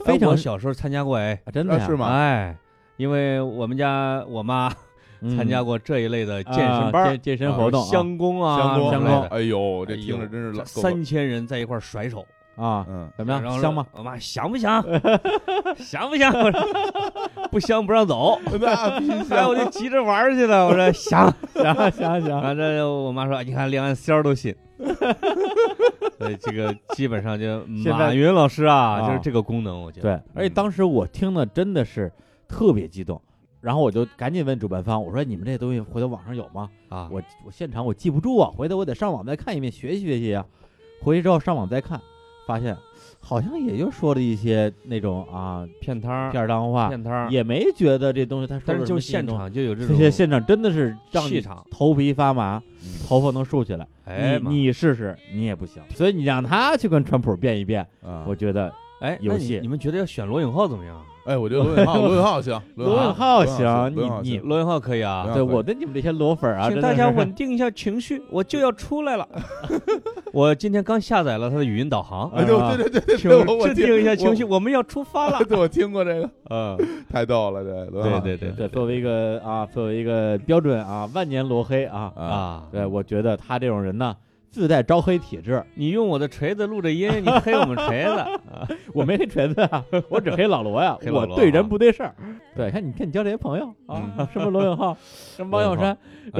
A: 非
C: 哎我
A: 常
C: 小时候参加过哎，
A: 啊真的
B: 啊
A: 呀
B: 是吗？
C: 哎，因为我们家我妈
A: 嗯
C: 参加过这一类的健
A: 啊
C: 身班儿
A: 健、健身活动啊
C: 相公啊、
B: 香锅
A: 香
C: 之类
A: 锅
C: 的
B: 哎呦，这
C: 哎呦
B: 听着真是老够
C: 三千人在一块儿甩手，
A: 啊，
B: 嗯
A: 怎么
C: 然后
A: 样，香吗？？
C: 我妈想不想？想不想？我说 *laughs* 不香不让走。
B: 那必须
C: 后来我就急着玩儿去了，我说 *laughs* 想。
A: *laughs* 行行行，
C: *laughs* 反正我妈说，你看连俺仙儿都 *laughs* 信。所以这个基本上就
A: 现在
C: 马云老师啊，
A: 啊
C: 就是这个功能，我觉
A: 对
C: 得。，
A: 而且当时我听的真的是特别激动。然后我就赶紧问主办方，我说：“你们这东西回头网上有吗？
C: 对啊，
A: 我我现场我记不住啊，回头我得上网再看一遍，学习学习啊。回去之后上网再看，发现好像也就说了一些那种啊
C: 骗摊儿，
A: 片儿脏话，
C: 骗摊儿，
A: 也没觉得这东西他说
C: 但
A: 的
C: 是
A: 什
C: 就
A: 么新
C: 现
A: 东西。
C: 场就有这
A: 这
C: 种
A: 些现场真的是让
C: 气
A: 你
C: 场。
A: 头皮发麻，头发能竖起来。
C: 哎，
A: 你
C: 妈
A: 你试试，你也不行。所以你让他去跟川普辩一辩，
B: 啊
A: 我觉得
C: 哎，
A: 游
C: 那你
A: 戏
C: 你们觉得要选罗永浩怎么样？
B: 哎，我觉得罗永浩，罗永浩行，
A: 罗
B: 永
A: 永浩行
B: 罗永浩
A: 你
B: 行
C: 罗永浩可以啊，
B: 啊
A: 对，
B: 会
A: 我对你们这些裸粉啊，
C: 请
A: 真
C: 大
A: 的 *laughs*
C: 家
A: 是
C: 稳定一下情绪，我就要出来了。 *laughs* 我今天刚下载了他的语音导 *laughs* 航，
B: 哎对对对对对
C: 请
B: 对，我我
C: 镇定一下情绪，
B: 我。
C: 我们要出发了
B: 对，我听过这个，
C: 嗯，
B: *laughs* 太逗了，这罗永浩
C: *laughs* 对对对
A: 对，作为一个啊，作为一个标准啊万年罗黑啊，
B: 啊，
C: 啊，
A: 对我觉得他这种人呢，自带招黑体
C: *laughs*
A: 质。
C: 你用我的锤子录着音，你黑我们锤子，
A: 我没黑锤子啊，我只黑老罗呀、
C: *laughs* 黑老
A: 我
C: 罗
A: 对
C: 啊
A: 人不对事儿。对，看你看你交这些朋友啊 *laughs*
C: 嗯，
A: 什么罗永
C: *laughs*
A: 浩，什么王小山，
B: *laughs*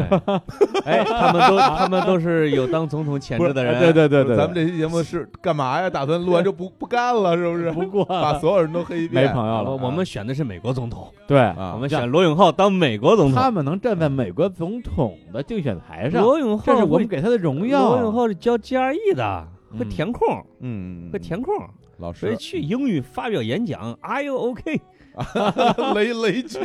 C: 哎，哎他们都他们都是有当总统潜质的人，
A: 哎对对对对，
B: 咱们这期节目是干嘛呀？打算录完就不不干了，是不是？
A: 不过
B: 把所有人都黑一遍，
A: 没朋友
C: 我
A: 了，
C: 我们选的是美国总统，
A: 对。
B: 啊，
C: 我们选罗永浩当美国总
A: 他
C: 统。
A: 们能站在美国总统的竞选台上，
C: 罗永
A: 这
C: 浩
A: 是我
C: 会
A: 们给他的荣耀。
C: 罗永浩是教 GRE 的，会填空，
B: 嗯，
C: 会填空，
B: 老
C: 所以
B: 师 *laughs*
C: 去英语发表演讲，Are you OK？
B: 雷雷军，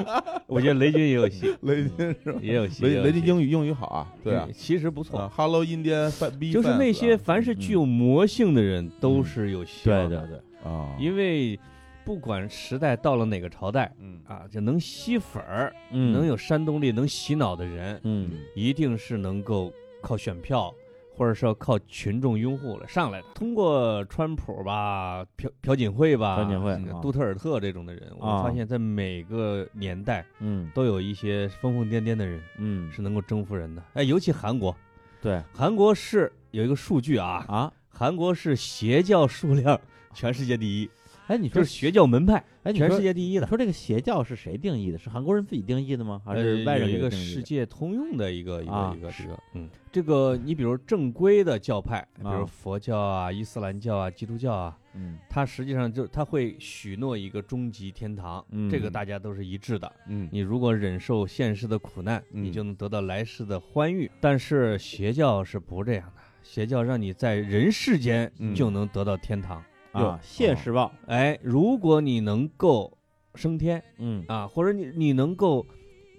C: *laughs* 我觉得雷军也有 *laughs* 戏，
B: 雷军是吧？
C: 也有戏，也
B: 雷
C: 有
B: 雷军
C: 戏
B: 英语英语好啊，对啊
C: 嗯，其实不错
B: 啊。，Hello Indian fan- B fans 啊，
C: 就是那些凡是具有魔性的人，
B: 嗯
C: 都是有希
A: 对
C: 望
A: 对
C: 的，
A: 对，
B: 啊，
C: 因为不管时代到了哪个朝代
B: 嗯
C: 啊，就能吸粉儿、
A: 嗯，
C: 能有煽动力、能洗脑的人，
A: 嗯，
C: 一定是能够靠选票，或者是要靠群众拥护了上来的。通过川普吧、朴朴槿惠吧、
A: 朴槿惠
C: 这个
A: 啊
C: 杜特尔特这种的人，我
A: 啊
C: 们发现在每个年代
A: 嗯
C: 都有一些疯疯癫癫的人
A: 嗯，
C: 是能够征服人的。哎，尤其韩国，
A: 对
C: 韩国是有一个数据啊，
A: 啊，
C: 韩国是邪教数量 *laughs* 全世界第一，
A: 哎，你
C: 就
A: 说
C: 是邪教门派
A: 哎，你
C: 全
A: 说
C: 世界第一的
A: 你。说这个邪教是谁定义的？是韩国人自己定义的吗？还是
C: 呃
A: 外
C: 有
A: 人
C: 一
A: 给
C: 个
A: 定义
C: 世
A: 的
C: 界通用的一个一
A: 啊
C: 个一个
A: 是
C: 这个，嗯，这个你比如正规的教派，比
A: 啊
C: 如佛教啊、伊斯兰教啊、基督教啊，
A: 嗯
C: 它实际上就它会许诺一个终极天堂，这个
A: 嗯
C: 大家都是一致的。
B: 嗯
C: 你如果忍受现世的苦难，你
B: 嗯
C: 就能得到来世的欢愉。但是邪教是不这样的，邪教让你在人世间
B: 嗯
C: 就能得到天堂。
A: 啊，现世报，
C: 哎，如果你能够升天
A: 嗯
C: 啊，或者你你能够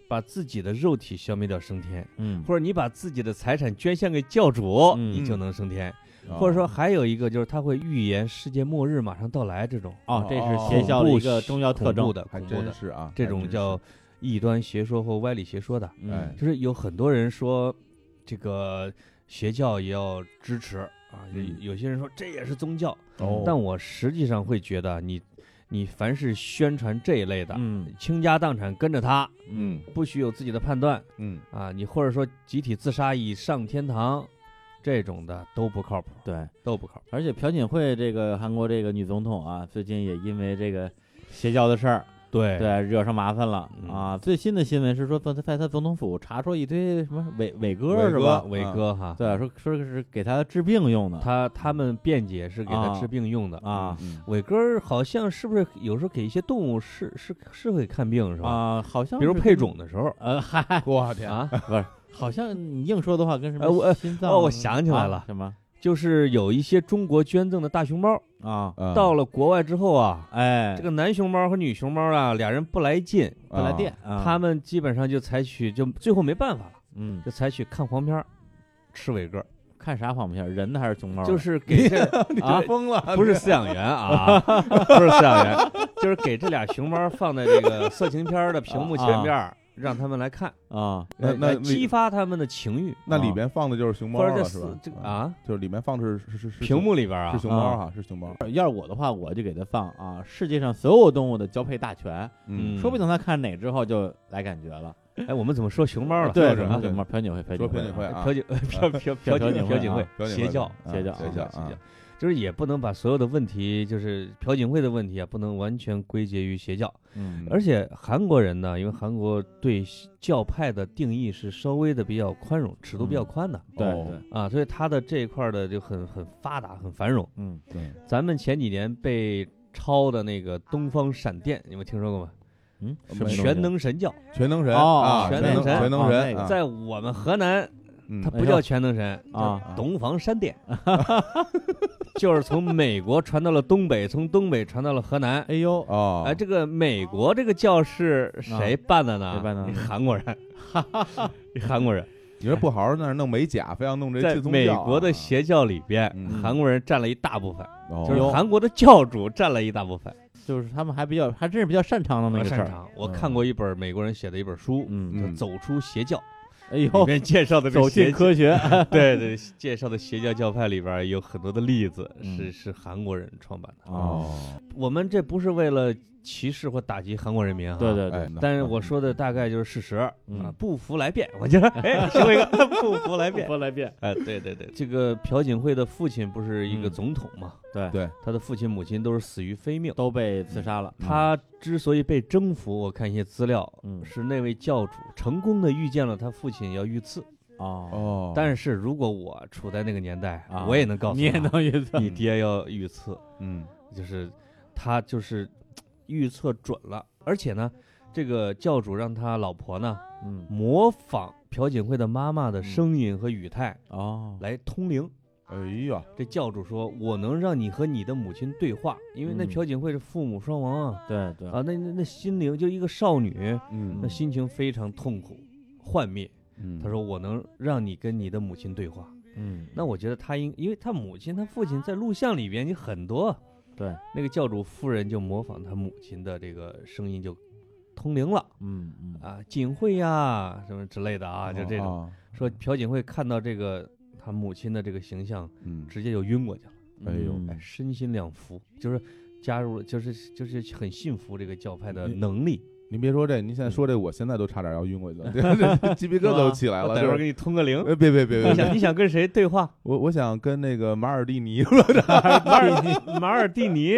C: 把自己的肉体消灭掉升天，
A: 嗯，
C: 或者你把自己的财产捐献给教主，
A: 嗯
C: 你就能升天。
B: 啊
C: 或者说还有一个就是他会预言世界末日马上到来这种
A: 哦，这是
B: 哦
A: 邪教的一
C: 恐怖
A: 个重要特
C: 恐怖
A: 征，
C: 的、
B: 还
C: 恐怖
B: 真
C: 的
B: 是啊，
C: 这
B: 还
C: 种
B: 真是
C: 叫异端邪说或歪理邪说的，
A: 嗯
B: 哎
C: 就是有很多人说这个邪教也要支持啊，有
B: 嗯
C: 有些人说这也是宗教，
B: 哦
C: 嗯但我实际上会觉得你，你凡是宣传这一类的，
A: 嗯
C: 倾家荡产跟着他，
B: 嗯
C: 不许有自己的判断
B: 嗯
C: 啊，你或者说集体自杀以上天堂，这种的都不靠谱，
A: 对，
C: 都不靠谱。
A: 而且朴槿惠这个韩国这个女总统啊，最近也因为这个邪教的事儿，
C: 对
A: 对，惹上麻烦了
C: 嗯
A: 啊。最新的新闻是说，在在他总统府查出一堆什么伟伟哥
B: 伟
A: 是
B: 哥
A: 吧？
C: 伟哥哈，
A: 对，说说是给他治病用的
C: 他他们辩解是给
A: 啊
C: 他治病用的。
A: 啊
B: 嗯
C: 伟哥儿好像是不是有时候给一些动物是是是会看病是吧？
A: 啊，好像
C: 比如
A: 是
C: 配
A: 跟
C: 种的时候
A: 呃，嗨，
B: 我天，
C: 啊，
A: 好像你硬说的话跟什
C: 哎我
A: 么
C: 哎
A: 心脏
C: 哦我想起来
A: 啊
C: 了
A: 什么
C: 就是有一些中国捐赠的大熊猫，
A: 啊？
B: 啊
C: 到了国外之后啊，
A: 哎，
C: 呃这个男熊猫和女熊猫啊，俩人不来劲，
A: 不来电，啊
C: 他们基本上就采取就最后没办法了，
A: 嗯，
C: 就采取看黄片儿，吃伟哥，
A: 看啥黄不像人的还是熊猫的？
C: 就是给
B: *laughs*
C: 这
B: 啊
C: 啊
B: 疯了，
C: 不是饲养员啊， *laughs* 不是饲养员，就是给这俩熊猫放在这个色情片儿的屏幕前边儿，让他们来看，
A: 啊，
B: 那
C: 来
B: 那
C: 来
B: 里
C: 激发他们的情欲，
B: 那里
A: 啊
B: 边放的就是熊猫
C: 或者
B: 了
C: 这
B: 是吧
C: 四？这个
B: 啊，
C: 啊，
B: 就是里面放的是是是是
C: 屏幕里边啊
B: 是，熊猫哈，是熊猫，
A: 要是我的话，我就给他放啊，世界上所有动物的交配大全，
C: 嗯
A: 说不定他看哪之后就来感觉了。
C: 哎，我们怎么说熊猫了？
A: 对，
B: 就是
A: 什么
B: 对
A: 什么朴槿惠，朴
B: 说
A: 槿
B: 朴
A: 惠
B: 槿惠
A: 啊，
B: 啊 *laughs*
C: 朴，槿朴朴朴
A: 朴槿
C: 槿
A: 惠
C: 朴槿
A: 啊
B: 朴槿惠
C: 邪教，
B: 啊
A: 邪教
B: 邪教
C: 邪
B: 啊
C: 教，就是也不能把所有的问题，就是朴槿惠的问题啊，不能完全归结于邪教。
A: 嗯
C: 而且韩国人呢，因为韩国对教派的定义是稍微的比较宽容，尺度比
A: 嗯
C: 较宽的、
A: 对
B: 哦
A: 对，
C: 啊，所以他的这一块儿的就很很发达，很繁荣。
A: 嗯，
B: 对，
C: 咱们前几年被抄的那个东方闪电，你们听说过吗？
A: 嗯，
B: 什
A: 什么
B: 没
A: 东
C: 全
A: 西
C: 能神教，
B: 全能神
A: 哦
B: 啊，
C: 全
B: 能
C: 能神
B: 全能
A: 哦那
B: 神
A: 个
B: 啊，
C: 在我们河南，
B: 嗯
C: 它不叫全能神，
A: 哎啊
C: 叫东方闪电， *laughs* 就是从美国传到了东北，从东北传到了河南。
A: 哎呦，
B: 哦，
C: 哎，这个美国这个教是谁办的呢？
A: 谁办的呢
C: 一韩国人，一韩国人。
B: 你说不好好在那儿弄美甲，非要弄这
C: 在
B: 这宗
C: 美
B: 教啊
C: 国的邪教里边
B: 嗯，
C: 韩国人占了一大部分，
B: 哦
C: 就是韩国的教主占了一大部分。
A: 就是他们还比较，还真是比较擅长弄那
C: 我
A: 个事
C: 擅
A: 儿。
C: 长，我看过一本美国人写的一本书，
A: 嗯，
C: 叫
B: 嗯
C: 《走出邪教
A: 哎》，
C: 里
A: 呦，
C: 面介绍的这个
A: 走进
C: 邪
A: 科学，
C: *laughs*
A: *laughs*
C: 对对，介绍的邪教教派里边有很多的例子
A: 嗯
C: 是是韩国人创办的。
B: 哦，
C: 我们这不是为了歧视或打击韩国人民啊，
A: 对对
B: 哎
A: 对，
C: 但是我说的大概就是事实啊
A: 嗯，
C: 不服来辩。我觉得，哎，学会一个不
A: *laughs*
C: 服来辩。
A: 说来遍，
C: 哎，对对对，这个朴槿惠的父亲不是一个
A: 嗯
C: 总统嘛？
A: 对
B: 对，
C: 他的父亲母亲都是死于非命。
A: 都被刺杀了。
C: 他之所以被征服，我看一些资料，
A: 嗯
C: 是那位教主成功的预见了他父亲要遇刺。
A: 哦，
B: 哦，
C: 但是如果我处在那个年代，
A: 啊
C: 我也能告诉
A: 你也
C: 他
A: 能嗯预测
C: 你爹要遇刺，
B: 嗯
C: 就是他就是预测准了，而且呢，这个教主让他老婆呢
A: 嗯，
C: 模仿朴槿惠的妈妈的声音和语态
A: 哦，
C: 来通灵。
B: 哎呀，
C: 这教主说：“我能让你和你的母亲对话，因为那
A: 嗯
C: 朴槿惠是父母双亡啊，
A: 对对，
C: 啊，那那那心灵就一个少女，
B: 嗯
C: 那心情非常痛苦，幻灭。
B: 嗯
C: 他说我能让你跟你的母亲对话，
A: 嗯，
C: 那我觉得他应，因为他母亲、他父亲在录像里边你很多，
A: 对，
C: 那个教主夫人就模仿他母亲的这个声音就通灵了
A: 嗯嗯，
C: 啊，槿惠呀什么之类的啊，就这种、
B: 啊，
C: 说朴槿惠看到这个他母亲的这个形象，
B: 嗯，
C: 直接就晕过去了，
B: 哎呦
A: 嗯
C: 哎，身心两服，就是加入了，就是就是很信服这个教派的
B: 你
C: 能力。
B: 您别说这，您现在说这，我现在都差点要晕过去
C: *laughs*
B: 了，这这鸡皮疙瘩都起来
C: 嗯我
B: 了。
C: 等
B: 就
C: 会儿
B: 是
C: 给你通个灵，
B: 哎，别别别别
C: 你
B: 别，
C: 想你想跟谁对话？
B: 我我想跟那个 *laughs* 马尔蒂尼， *laughs*
C: 马尔马尔蒂尼，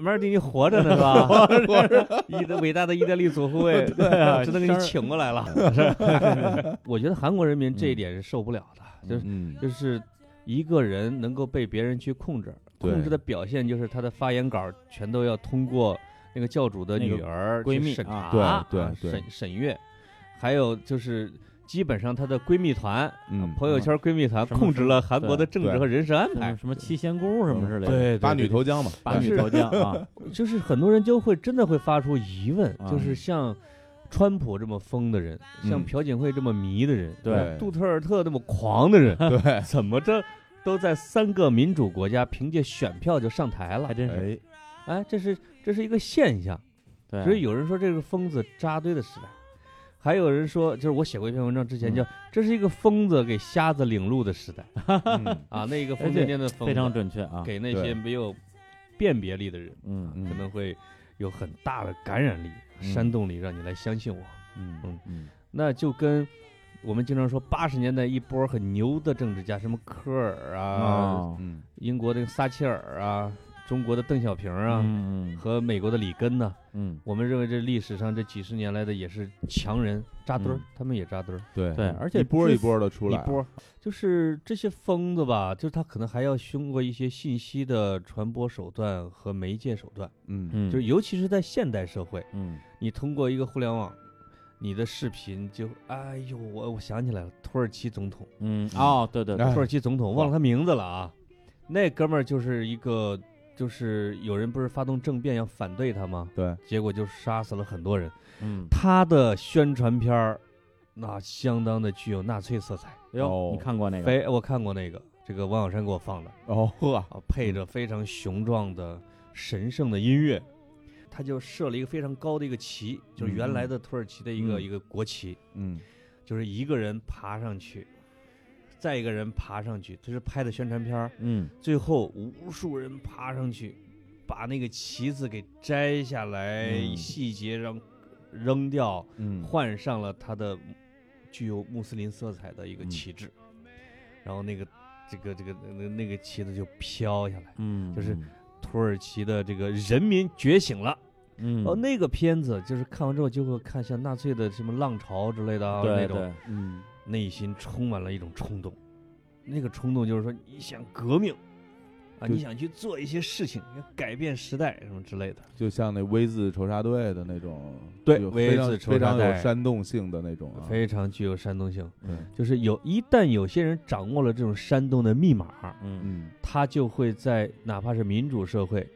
C: 马尔蒂尼活着呢是吧？ *laughs* 活着，意大伟大的意大利左后卫，
A: 啊
C: 只能给你请过来了。是 *laughs* 我觉得韩国人民这一点是受不了的，就是
B: 嗯，
C: 就是一个人能够被别人去控制，
B: 对
C: 控制的表现就是他的发言稿全都要通过那个教主的
A: 那个
C: 女儿
A: 闺蜜
C: 去审查，
A: 啊
B: 对对
C: 啊
B: 对
C: 审审阅，还有就是。基本上，她的闺蜜团、
B: 嗯
C: 朋友圈闺蜜团
A: 什么
C: 控制了韩
A: 对
C: 国的政治
B: 对
C: 和人事安
A: 什
C: 排
A: 么。什么七仙姑什么之类的，
C: 对，
B: 八
C: 对
B: 女头浆嘛，
A: 八女头将啊，
C: 就是很多人就会真的会发出疑问，
A: 啊
C: 就是像川普这么疯的人，
B: 嗯
C: 像朴槿惠这么迷的人，
A: 对
C: 杜特尔特那么狂的人，
B: 对，
C: 怎么着都在三个民主国家凭借选票就上台了
A: 还？真是，
B: 哎，
C: 哎，这是这是一个现象。
A: 对，啊
C: 所以有人说这是疯子扎堆的时代，还有人说，就是我写过一篇文章之前
A: 嗯
C: 叫、这是一个疯子给瞎子领路的
A: *laughs*
C: 时代
B: 嗯
C: 啊，那一个疯
A: 哎对
C: 癫癫的疯子
A: 非常准确啊，
C: 给那
B: 对
C: 些没有辨别力的人。啊
A: 嗯
B: 嗯
C: 可能会有很大的感染力，
A: 嗯
C: 煽动力，让你来相信我。
B: 嗯
A: 嗯
C: 那就跟我们经常说，八十年代一波很牛的政治家，什么科尔啊，
A: 哦
B: 嗯
C: 英国这个撒切尔啊，中国的邓小平啊，
A: 嗯
C: 和美国的里根呢、
A: 嗯
C: 我们认为这历史上这几十年来的也是强人扎堆儿，
A: 嗯
C: 他们也扎堆儿，
B: 对
A: 对而且
B: 一波
A: 之
B: 一波的出
C: 一
B: 来，
C: 波儿。就是这些疯子吧，就是他可能还要通过一些信息的传播手段和媒介手段，
B: 嗯
A: 嗯，
C: 就是尤其是在现代社会。
A: 嗯
C: 你通过一个互联网，你的视频就，哎呦，我我想起来了，土耳其总统，
A: 嗯哦，对对对，
B: 哎
C: 土耳其总统忘了他名字了啊，那哥们儿就是一个，就是有人不是发动政变要反对他吗？
B: 对，
C: 结果就杀死了很多人，
A: 嗯，
C: 他的宣传片儿，那相当的具有纳粹色彩，
A: 哎呦
B: 哦，
A: 你看过那个？
C: 非我看过那个，这个王小山给我放的。
B: 哦呵，
C: 啊，配着非常雄壮的神圣的音乐，他就设了一个非常高的一个旗，就是原来的土耳其的一个、
B: 嗯
C: 一个国旗，
B: 嗯
C: 就是一个人爬上去，再一个人爬上去，这是拍的宣传片儿，
A: 嗯
C: 最后无数人爬上去，把那个旗子给摘下来，
B: 嗯
C: 细节让扔掉，
B: 嗯
C: 换上了他的具有穆斯林色彩的一个
B: 嗯
C: 旗帜，然后那个这个这个那那个旗子就飘下来。
A: 嗯，
C: 就是土耳其的这个人民觉醒了。
A: 嗯
C: 哦，那个片子就是看完之后就会看像纳粹的什么浪潮之类的啊，
A: 对
C: 那种
A: 对，
B: 嗯
C: 内心充满了一种冲动，那个冲动就是说你想革命。啊，
B: 对
C: 你想去做一些事情，要改变时代什么之类的。
B: 就像那 V 字仇杀队的那种，
C: 对
B: 有
C: V
B: 非常
C: 字仇
B: 非
C: 杀
B: 常有
C: 队
B: 煽动性的那种啊，
C: 非常具有煽动性，
B: 对，
C: 就是有一旦有些人掌握了这种煽动的密码，
A: 嗯
B: 嗯
C: 他就会在哪怕是民主社会，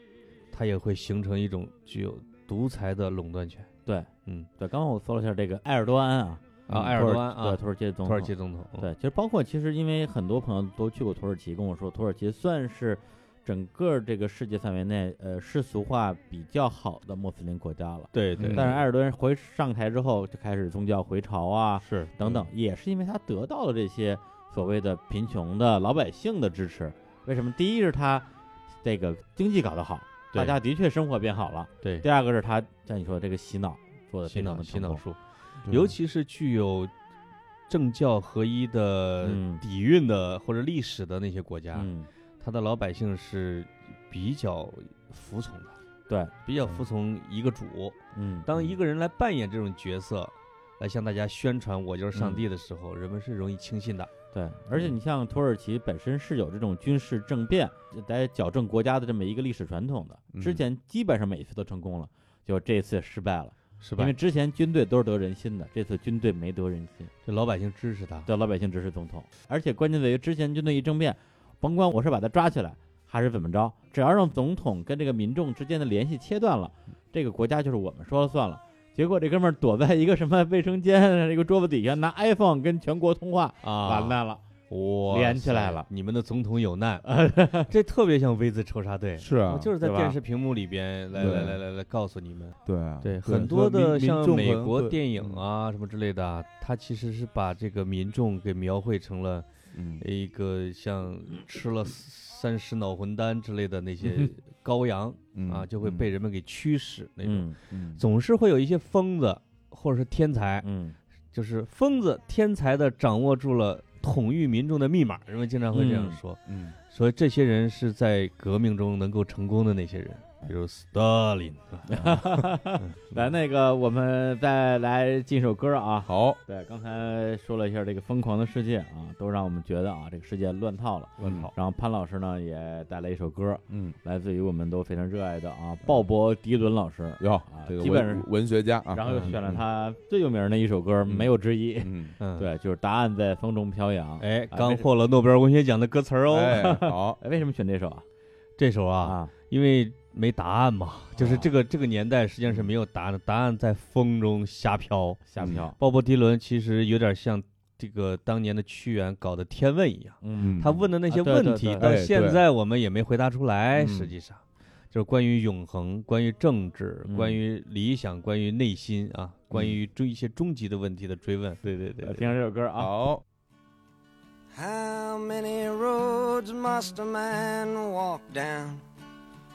C: 他也会形成一种具有独裁的垄断权。
A: 对，
C: 嗯，
A: 对，刚刚我搜了一下这个埃尔多安啊，
C: 啊，
A: 嗯
C: 埃尔
A: 土
C: 多安啊
A: 对，，土耳其的总
C: 土
A: 统
C: 耳其总统，嗯
A: 对，其实包括其实因为很多朋友都去过土耳其，跟我说土耳其算是整个这个世界范围内呃世俗化比较好的穆斯林国家了。
C: 对
B: 嗯
C: 对，
A: 但是埃尔多安回上台之后，就开始宗教回潮啊
C: 是
A: 等等，也是因为他得到了这些所谓的贫穷的老百姓的支持。为什么？第一是他这个经济搞得好，
C: 对
A: 大家的确生活变好了；
C: 对
A: 第二个是他像你说的这个洗脑做的
C: 洗
A: 非常
C: 脑
A: 的
C: 洗脑
A: 成功嗯
C: 术，
B: 对
C: 尤其是具有政教合一的
A: 嗯
C: 底蕴的或者历史的那些国家，
A: 嗯，
C: 他的老百姓是比较服从的，
A: 对，
C: 比较服从一个主。
A: 嗯，
C: 当一个人来扮演这种角色，来向大家宣传我就是
A: 嗯
C: 上帝的时候，人们是容易轻信的。
A: 对，而且你像土耳其本身是有这种军事政变来矫正国家的这么一个历史传统的，之
B: 嗯
A: 前基本上每次都成功了，就这次失败了，
C: 是吧
A: 因为？之前军队都是得人心的，这次军队没得人心，
C: 这老百姓支持他，
A: 对老百姓支持总统，而且关键在于之前军队一政变，甭管我是把他抓起来还是怎么着，只要让总统跟这个民众之间的联系切断了，这个国家就是我们说了算了。结果这哥们儿躲在一个什么卫生间、一 *laughs* 个桌子底下，拿 iPhone 跟全国通话，
C: 啊，
A: 完，蛋了。
C: 哇，
A: 连起来了，
C: 你们的总统
A: *laughs*
C: 有难，这特别像 V 字仇杀队。
B: 是啊
C: 我，就是在
A: 对吧
C: 电视屏幕里边来
B: 对
C: 来来来来告诉你们，
B: 对啊
C: 对很多的像美国电，
B: 所以民民众可能
C: 影
B: 对
C: 啊什么之类的啊，它其实是把这个民众给描绘成了
B: 嗯，
C: 一个像吃了三十脑魂丹之类的那些羔羊
B: 嗯
C: 啊，就会被，人们给驱使那种。
A: 嗯
B: 嗯嗯
C: 总是会有一些疯子或者是天才，
A: 嗯，
C: 就是疯子天才的掌握住了统御民众的密码，人们经常会这样
A: 嗯
C: 说。
B: 嗯，
C: 所以这些人是在革命中能够成功的那些人，比如斯大林。
A: *laughs* 来，那个我们再来进一首歌啊。
B: 好，
A: 对，刚才说了一下这个疯狂的世界啊，都让我们觉得啊，这个世界乱套了。
B: 问好，
A: 然后潘老师呢也带来一首歌，
B: 嗯，
A: 来自于我们都非常热爱的啊鲍勃迪伦老师，
B: 哟
A: 啊，
B: 这个
A: 基
B: 文
A: 本上
B: 文学家啊，
A: *laughs* 然后又选了他最有名的一首歌，没有之一。
B: 嗯，
A: *laughs*
C: 嗯，，
A: 对，就是答案在风中飘扬。
C: 哎，
A: 啊
C: 刚获了诺贝尔文学奖的歌词儿哦。
B: 哎，好，
A: 哎，为什么选这首啊？
C: 这首啊，
A: 啊，
C: 因为没答案嘛，就是这个这个年代实际上是没有答案的，答案在风中瞎飘。
A: 吓飘。
C: 鲍勃迪伦其实有点像这个当年的屈原搞的天问一样，
A: 嗯，
C: 他问的那些
A: 啊对
C: 问
A: 对
C: 题
A: 对
C: 到
B: 哎
C: 现
B: 对
C: 在我们也没回答出来，
A: 嗯
C: 实际上。就是关于永恒、关于政治、关于理想、关于内心啊，关于终一些终极的问题的追问。呃对对对
A: 来听一下这首歌啊。
B: 好，
D: How many roads must a man walk down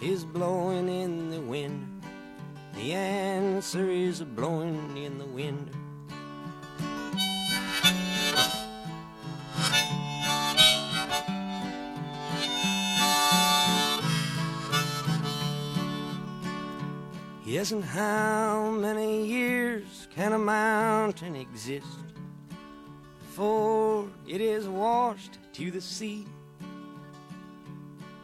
D: is blowing in the wind. The answer is blowing in the wind. Yes, and how many years can a mountain exist before it is washed to the sea?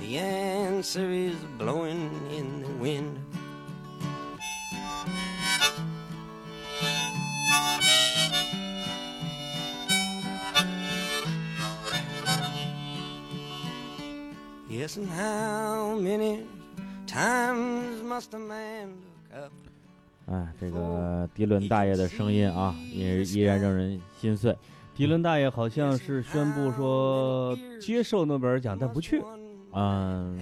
D: The answer is blowing in the wind. Yes, and how many times must a man look up?
A: 哎，这个迪伦大爷的声音啊，也依然让人心碎。
C: 迪伦大爷好像是宣布说接受诺贝尔奖，但不去。
A: 嗯，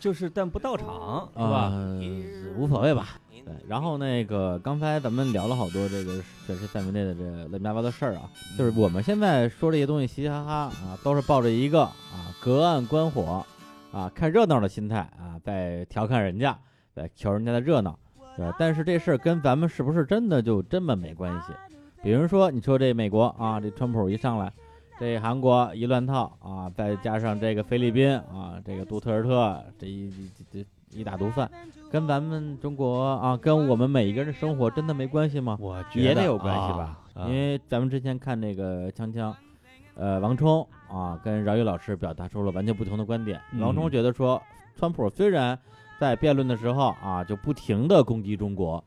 C: 就是但不到场，是吧？嗯
A: 呃，无所谓吧。对，然后那个刚才咱们聊了好多这个这是范围内的这乱七八糟的事儿啊，
C: 嗯
A: 就是我们现在说这些东西嘻嘻哈哈啊，都是抱着一个啊隔岸观火啊看热闹的心态啊，在调侃人家，在瞧人家的热闹，对吧。但是这事儿跟咱们是不是真的就这么没关系？比如说，你说这美国啊，这川普一上来，这韩国一乱套啊，再加上这个菲律宾啊，这个杜特尔特这一这这一大毒贩，跟咱们中国啊，跟我们每一个人的生活真的没关系吗？
C: 我觉得
A: 啊也得有关系吧，
C: 啊
A: 因为咱们之前看那个《锵锵》，呃，王冲啊，跟饶宇老师表达出了完全不同的观点。
C: 嗯
A: 王冲觉得说，川普虽然在辩论的时候啊，就不停的攻击中国，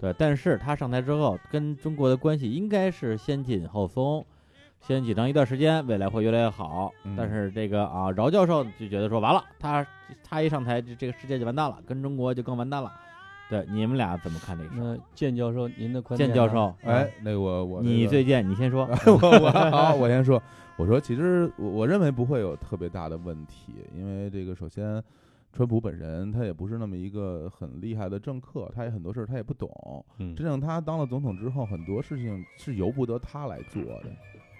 A: 对，但是他上台之后，跟中国的关系应该是先紧后松。先紧张一段时间，未来会越来越好。
B: 嗯
A: 但是这个啊，饶教授就觉得说，完了，他他一上台，这这个世界就完蛋了，跟中国就更完蛋了。对，你们俩怎么看这个事儿？
C: 那建教授，您嗯的观
A: 建
C: 点呢
A: 教授，
B: 哎，那个我我这
A: 你
B: 个啊 *laughs*
A: 最贱，你先说。
B: 我我好，我先说，我说其实我我认为不会有特别大的问题，因为这个首先，川普本人他也不是那么一个很厉害的政客，他也很多事儿他也不懂。
C: 嗯
B: 真正他当了总统之后，很多事情是由不得他来做的。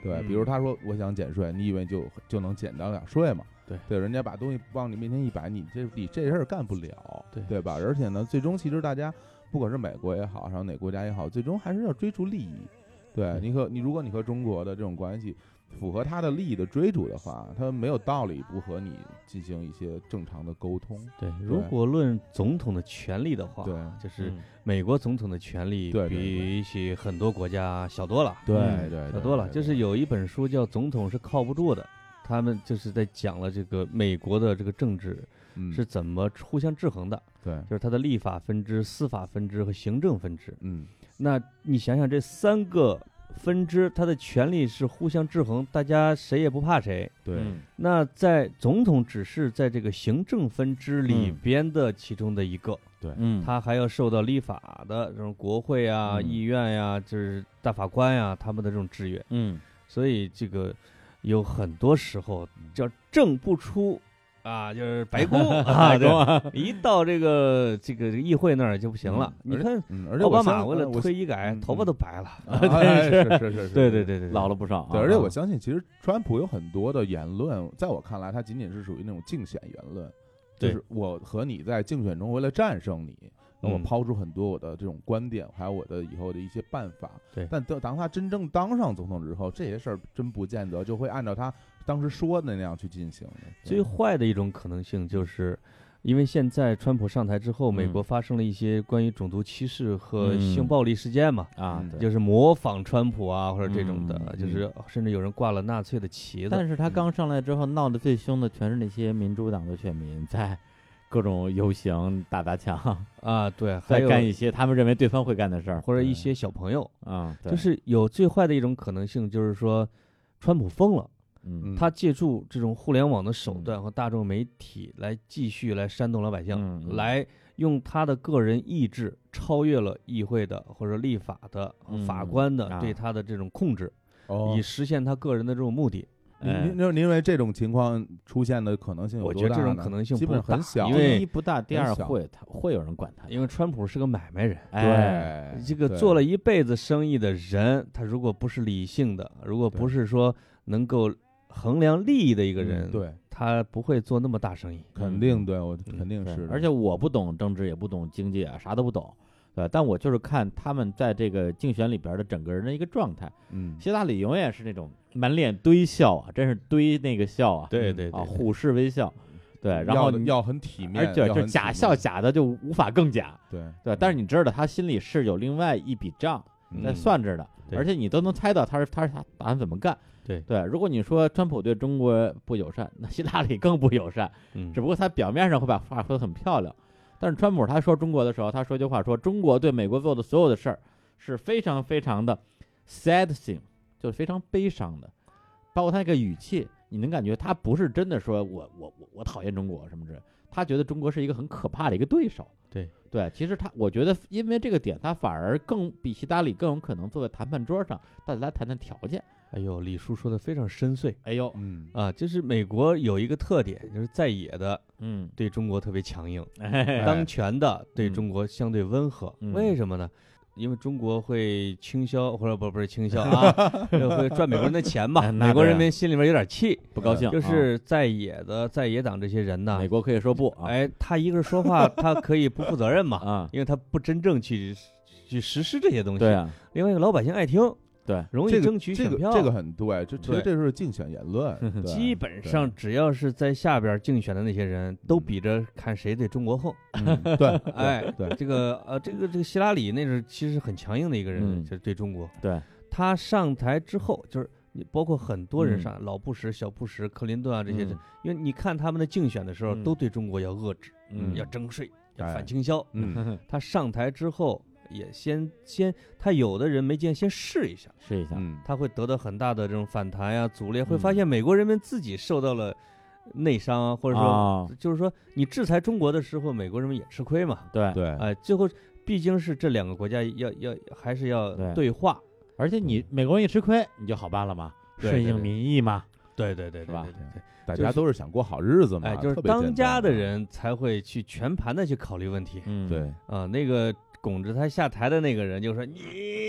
B: 对，
C: 嗯
B: 比如他说我想减税，你以为就就能减到了税吗？
C: 对
B: 对，人家把东西往你面前一摆，你这你这事儿干不了，
C: 对
B: 对吧？而且呢，最终其实大家不管是美国也好，然后哪国家也好，最终还是要追逐利益。对
C: 对
B: 你和你，如果你和中国的这种关系符合他的利益的追逐的话，他没有道理不和你进行一些正常的沟通。
C: 对，如果论总统的权利的话，
B: 对
C: 就是
A: 嗯
C: 美国总统的权利
B: 对对
C: 比起很多国家小多了，嗯
A: 对
B: 对对，
C: 小多了。
B: 对
C: 就是有一本书叫《总统是靠不住的》，他们就是在讲了这个美国的这个政治
B: 嗯
C: 是怎么互相制衡的，
B: 对，
C: 就是它的立法分支、司法分支和行政分支。
B: 嗯
C: 那你想想这三个分支，它的权力是互相制衡，大家谁也不怕谁。
B: 对，
A: 嗯
C: 那在总统只是在这个行政分支里
A: 嗯
C: 边的其中的一个，
A: 嗯，
C: 他还要受到立法的这种国会啊、
B: 嗯
C: 议院呀、就是大法官呀、他们的这种制约。
A: 嗯
C: 所以这个有很多时候叫政不出啊，就是白
B: *laughs*
C: 宫啊，
A: 白
C: 对
A: 宫啊，
C: 一到这个这个议会那儿就不行了。
B: 嗯
C: 你看
B: 嗯，而且
C: 奥
B: 我
C: 巴马
B: 相
C: 为了
B: 我
C: 推医改，
B: 嗯
C: 头发都白了。
B: *laughs* 啊哎是是是是，
C: *laughs* 对对。对对，
A: 老了不少啊。
B: 对，而且我相信，其实川普有很多的言论，在我看来，他仅仅是属于那种竞选言论，就
C: 对
B: 是我和你在竞选中为了战胜你，那我
C: 嗯
B: 抛出很多我的这种观点，还有我的以后的一些办法。
C: 对
B: 但当当他真正当上总统之后，这些事儿真不见得就会按照他当时说的那样去进行的。
C: 最坏的一种可能性就是，因为现在川普上台之后，美
A: 嗯
C: 国发生了一些关于种族歧视和
A: 嗯
C: 性暴力事件嘛，
A: 啊，对
C: 就是模仿川普啊或者这种的，
A: 嗯
C: 就是甚至有人挂了纳粹的旗子。
A: 但是他刚上来之后，闹得最凶的全是那些民主党的选民在。各种游行、打砸抢，
C: 啊，对，还
A: 在
C: 有
A: 干一些他们认为对方会干的事儿，
C: 或者一
A: 对
C: 些小朋友，
A: 啊，对
C: 就是有最坏的一种可能性，就是说，川普疯了，
A: 嗯
B: 嗯
C: 他借助这种互联网的手段和大众媒体来继续来煽动老百姓，
A: 嗯嗯
C: 来用他的个人意志超越了议会的或者立法的、
A: 嗯
C: 法官的
A: 啊
C: 对他的这种控制，
B: 哦
C: 以，实现他个人的这种目的。
B: 您
A: 哎
B: 您您认为这种情况出现的可能性有
C: 我
B: 多
C: 觉得
B: 大
C: 这种
B: 呢
C: 可能性
B: 基
C: 不
B: 本很
C: 大
B: 小，
C: 因为
A: 第一不大，第
B: 很
A: 二
B: 小
A: 会他会有人管他，
C: 因为川普是个买卖人，
A: 哎，
B: 对
C: 这个
B: 对
C: 做了一辈子生意的人，他如果不是理性的，如果不
B: 对
C: 是说能够衡量利益的一个人，
B: 嗯对，
C: 他不会做那么大生意。
B: 肯定对我肯定
A: 对
B: 是的，
A: 而且我不懂政治，也不懂经济啊，啥都不懂，对，但我就是看他们在这个竞选里边的整个人的一个状态。
B: 嗯
A: 希拉里永远是那种满脸堆笑啊，真是堆那个笑啊，
C: 对对
A: 啊，虎视微笑，对，然
B: 要
A: 后
B: 的
A: 你
B: 要很体面，
A: 而且
B: 要
A: 就
B: 很体
A: 假
B: 面
A: 笑，假的就无法更假，
B: 对
A: 对，但是你知道他心里是有另外一笔账在
B: 嗯
A: 算着的，
C: 对
A: 而且你都能猜到他是他是他打算怎么干，
C: 对
A: 对，如果你说川普对中国不友善，那希拉里更不友善，
C: 嗯
A: 只不过他表面上会把话说的很漂亮，但是川普他说中国的时候，他说一句话说中国对美国做的所有的事儿是非常非常的 sad thing，就是非常悲伤的，包括他那个语气，你能感觉他不是真的说我我我我讨厌中国什么之类的，他觉得中国是一个很可怕的一个对手。
C: 对
A: 对，其实他我觉得因为这个点，他反而更比希拉里更有可能坐在谈判桌上，大家来谈谈条件。
C: 哎呦，李叔说的非常深邃
A: 哎呦，
B: 嗯，
C: 啊，就是美国有一个特点，就是在野的
A: 嗯， *laughs*
C: 对中国特别强硬，
A: 哎，
C: 当权的对
A: 嗯
C: 中国相对温和，
A: 嗯
C: 为什么呢？因为中国会倾销，或者不不是倾
B: *laughs*
C: 销啊，会赚美国人的钱嘛。
A: 哎那
C: 美国
A: 当
C: 人
A: 然
C: 民心里面有点气，
A: 不高
B: 嗯
A: 兴，
C: 呃就是在野的在野党这些人
A: 啊
C: 呐
A: 美，国可以说不啊
C: 哎，他一个是说话他可以不负责
B: *laughs*
C: 任嘛，
A: 啊，
C: 因为他不真正去去实施这些东西。
A: 对啊，
C: 另外一个老百姓爱听，
A: 对，
C: 容易
B: 这个
C: 争取
B: 这
C: 选
B: 个
C: 票。
B: 这个很对，这其实
C: 对
B: 这就是竞选言论，对
C: 基本上只要是在下边竞选的那些人都比着看谁对中国横。
B: 嗯 *laughs* 对，
C: 哎，
B: 对
C: *laughs* 这个呃，这个这个希拉里那是其实很强硬的一个人，
A: 嗯
C: 就是对中国。
A: 对，
C: 他上台之后，就是你包括很多人
A: 嗯
C: 上，老布什、小布什、克林顿啊这些人，
A: 嗯
C: 因为你看他们的竞选的时候，
A: 嗯
C: 都对中国要遏制、
A: 嗯，
C: 要征税、要
B: 哎
C: 反倾销。
B: 嗯，
C: 他上台之后，也先先他有的人没见，先试一下，
A: 试一下，
B: 嗯，
C: 他会得到很大的这种反弹呀、阻力，会发
A: 嗯
C: 现美国人民自己受到了内伤啊，或者说。
A: 啊，
C: 就是说，你制裁中国的时候，美国人民也吃亏嘛。
A: 对，
B: 对，
C: 哎，最后毕竟是这两个国家要要还是要
A: 对
C: 对话，
A: 而且你美国人一吃亏，你就好办了嘛，
C: 对
A: 顺
C: 对
A: 应
C: 对
A: 民意嘛，
C: 对对对
A: 是吧
C: 对对对
B: 大
C: 就
B: 家
C: 是
B: 都是想过好日子嘛，
A: 啊
C: 哎，就是
B: 特别
C: 当
B: 简
C: 家
B: 单
C: 的，人才会去全盘的去考虑问题
A: 嗯，
B: 对，
C: 啊。那个拱着他下台的那个人就说：“你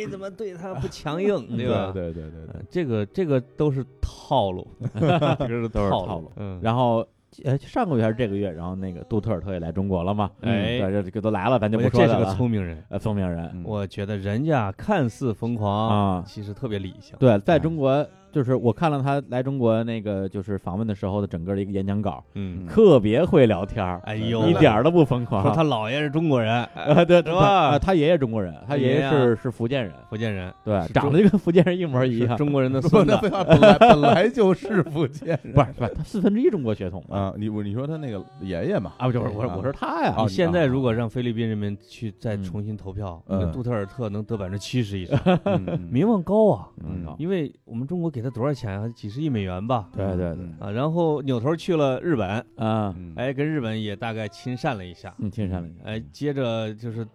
C: 怎么对他不
A: *laughs*
C: 强硬，
B: 对
C: 吧？”
B: 对对对
C: *laughs*
B: 对，
C: 呃这个这个都是套路，
A: *laughs* 这个都是套路。。
C: 嗯，
A: 然后，呃，上个月还是这个月，然后那个杜特尔特也来中国了嘛？嗯
C: 哎
A: 对这这个都来了，咱就
C: 我
A: 不
C: 觉
A: 说
C: 得这
A: 他
C: 是个
A: 了。
C: 聪明人，
A: 呃，聪明人
B: 嗯
C: 我觉得人家看似疯狂，
A: 啊，
C: 其实特别理性。
A: 对，在
B: 哎
A: 中国就是我看了他来中国那个就是访问的时候的整个的一个演讲稿，
C: 嗯，
A: 特别会聊天儿，
C: 哎呦，
A: 一点儿都啊不疯狂。
C: 说他姥爷是中国人，哎
A: 啊， *laughs* 对，
C: 是
A: 他
C: 吧
A: 啊他爷爷中国人，他爷
C: 爷
A: 爷
C: 爷啊
A: 是是福建人，
C: 福建人，
A: 对，
C: 是
A: 长
C: 中
A: 得就跟福建人一模一
C: 是
A: 样。
C: 中国
A: *laughs*
C: 人的
B: 不，
C: 孙子
B: 那。废话，本来本来就是福建人
A: 不是不是，他四分之一中国血统嘛？
B: 啊，你我你说他那个爷爷
C: *laughs*
B: 嘛，
A: 啊，不就是我说我说他呀
B: 啊，
C: 你现在如果让菲律宾人民去再
A: 嗯
C: 重新投票，
B: 嗯
C: 那杜特尔特能得百分之七十以上， *laughs*
B: 嗯嗯
C: 名望高啊！
A: 嗯
B: 嗯
C: 因为我们中国给他多少钱啊？几十亿美元吧。
A: 对对对
B: 嗯
C: 啊，然后扭头去了日本，
A: 啊，
B: 嗯
C: 哎，跟日本也大概亲善了一下，
A: 你听上了一下，
C: 哎，接着就是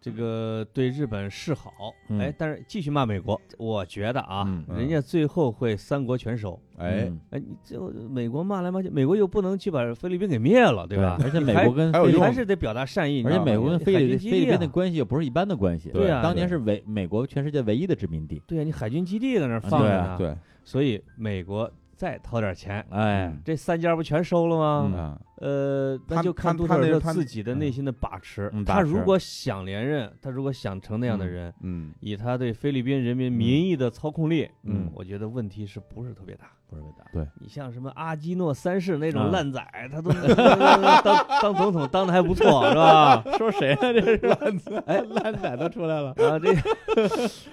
C: 这个对日本示好，
A: 嗯
C: 哎，但是继续骂美国。我觉得啊，
A: 嗯
B: 嗯
C: 人家最后会三国全收。
B: 哎，
A: 嗯
C: 哎，你这美国骂来骂去，美国又不能去把菲律宾给灭了，对吧？
A: 而且
C: 你
A: 美
C: 还
A: 国跟
B: 还有
A: 菲律
B: 用
C: 还是得表达善意，
A: 而且
C: 你知道吗
A: 美国跟
C: 你
A: 菲
C: 海
A: 律
C: 军
A: 宾
C: 基
A: 菲律
C: 地啊
A: 宾的关系又不是一般的关系，
B: 对
C: 啊
A: 当年
B: 对
A: 是唯美国全世界唯一的殖民地，
C: 对呀，你海军基地在那儿
A: 啊
C: 放着
A: 对
C: 呢，
A: 啊
B: 对，
C: 所以美国再掏点钱，
A: 哎，
B: 嗯
C: 这三家不全收了
A: 嗯
C: 吗？
B: 啊，
C: 呃，那
B: 他
C: 就看
B: 他
C: 杜特尔
B: 他那
C: 特
B: 他
C: 自己的内心的把持。
A: 嗯把
C: 他
A: 持
C: 如果想连任，他如果想成那样的人，
B: 嗯
C: 以他对菲律宾
A: 嗯
C: 人民民意的操控力，
B: 嗯
C: 我觉得问题是不是特别大？
A: 不是伟大，
C: 你像什么阿基诺三世那
A: 啊
C: 种烂仔，他都 *laughs* 当当总统当的还不错，是吧？
A: 说谁啊？这
C: *laughs*
A: 是烂仔，哎，烂仔都出来了，
C: 啊，这哎不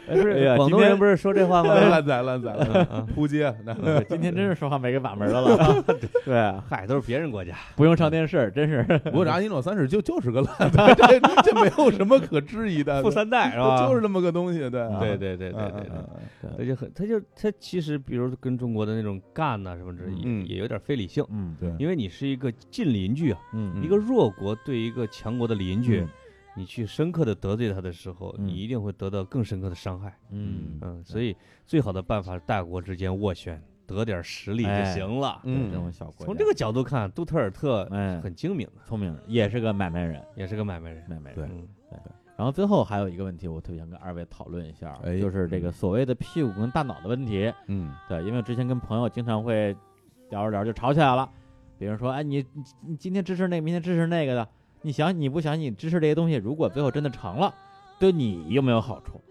A: 哎
C: 是
A: 呀
C: 广
A: 今
C: 东
A: 天
C: 人不是说这话吗？
B: *laughs* 烂仔烂仔
C: 嗯嗯
B: *laughs* 扑街，啊那
A: 对今天真是说话没个把门的
C: *laughs*
A: 了，对，啊
C: 嗨，都是别人国家，
A: 不用上电视，真是 *laughs*
B: 不过这阿基诺三世就就是个烂仔， *laughs* 这这没有什么可质疑 *laughs* 的，
C: 富三代是吧？
B: 就是这么个东西，对啊
C: 对对对对
B: 嗯
C: 对对
B: 嗯，嗯
C: 他就很，他就他其实，比如跟中国的那种干呐、什么之类，
B: 嗯
C: 也也有点非理性，
A: 嗯
B: 对，
C: 因为你是一个近邻居啊，
A: 嗯
C: 一个弱国对一个强国的邻居，
A: 嗯
C: 你去深刻的得罪他的时候，
A: 嗯
C: 你一定会得到更深刻的伤害。
A: 嗯，
C: 嗯，所以最好的办法，大国之间斡旋，得点实力就
A: 哎
C: 行了。
A: 对这
B: 嗯
A: 种小国家，
C: 从这个角度看，杜特尔特
A: 哎
C: 很精明的，啊
A: 聪明人，也是个买卖人，
C: 也是个买卖人。
A: 买卖人
B: 对。
C: 嗯，
A: 然后最后还有一个问题，我特别想跟二位讨论一下，
B: 哎
A: 就是这个所谓的屁股跟大脑的问题。
B: 嗯
A: 对，因为之前跟朋友经常会聊着聊着就吵起来了，比如说，哎，你你你今天支持那个，明天支持那个的，你想你不想你支持这些东西，如果最后真的成了，对你有没有好处，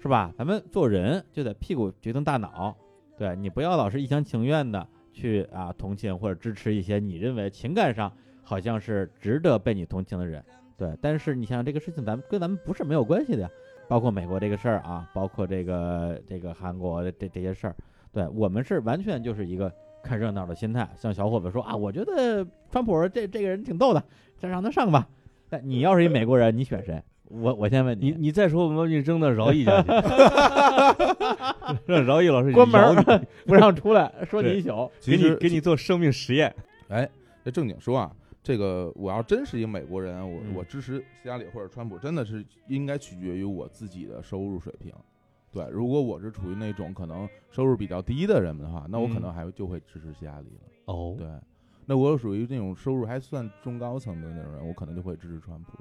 A: 是吧？咱们做人就得屁股决定大脑，对你不要老是一厢情愿的去啊同情或者支持一些你认为情感上好像是值得被你同情的人，对，但是你想想这个事情，咱们跟咱们不是没有关系的呀。包括美国这个事儿啊，包括这个这个韩国的这这些事儿，对我们是完全就是一个看热闹的心态。像小伙子说啊，我觉得川普这这个人挺逗的，再让他上吧。但你要是一美国人，你选谁？我我先问
C: 你
A: 你，
C: 你再说，我们把你扔到饶毅 *laughs* 家去，让饶毅老师
A: 关门
C: 饶 *laughs* 你
A: 儿 *laughs* 不让出来，说你一宿。
B: 其实
C: 你做生命实验。
B: 哎，这正经说啊，这个我要真是一个美国人，啊我、
A: 嗯
B: 我支持希拉里或者川普，真的是应该取决于我自己的收入水平。对，如果我是处于那种可能收入比较低的人的话，那我可
C: 嗯
B: 能还就会支持希拉里了。
C: 哦，
B: 对，那我属于那种收入还算中高层的那种人，我可能就会支持川普。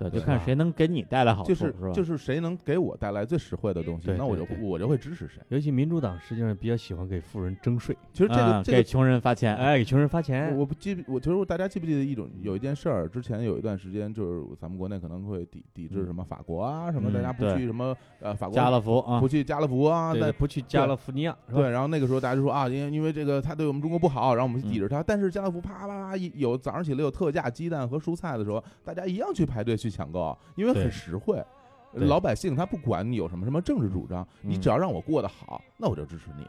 A: 对，
B: 对啊
A: 就看谁能给你带来好处，
B: 就是是
A: 吧？
B: 就是谁能给我带来最实惠的东西，
C: 对
B: 那我就
C: 对对
B: 我就会支持谁。
C: 尤其民主党实际上比较喜欢给富人征税，
B: 其实这个
A: 啊
B: 这
A: 给
B: 个
A: 穷人发钱，
C: 哎，给穷人发钱。
B: 我不记不，我其实大家记不记得一种有一件事儿？之前有一段时间，就是咱们国内可能会抵抵制什么法国啊，什么
A: 嗯
B: 大家不
A: 对
B: 去什么呃法国，
A: 家乐福啊
B: 不，去家乐福啊，
C: 对
B: 那
C: 对，不去加勒福尼亚是吧？
B: 对，然后那个时候大家就说啊，因为因为这个他对我们中国不好，然后我们去
C: 嗯
B: 抵制他。但是家乐福啪啪啪一有早上起来有特价鸡蛋和蔬菜的时候，大家一样去排队去抢购，因为
A: 对
B: 很实惠。
A: 对
B: 老百姓他不管你有什么什么政治主张，
A: 嗯
B: 你只要让我过得好，那我就支持你，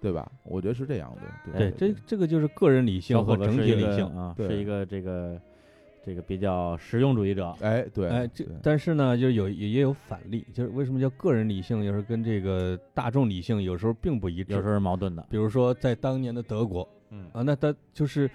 B: 对吧？我觉得是这样的。
A: 对
C: 哎对，这这个就是个人理性
A: 小
C: 和
A: 伙子
C: 整
A: 是
C: 体
A: 一
C: 理
A: 个
C: 性。
A: 啊，
B: 对
A: 是一个这个这个比较实用主义者，
B: 哎对，
C: 哎，这
B: 对
C: 但是呢，就是有也也有反例，就是为什么叫个人理性，有时候跟这个大众理性有时候并不一致。
A: 有时候是矛盾的。
C: 比如说在当年的德国
B: 嗯
C: 啊，那他就是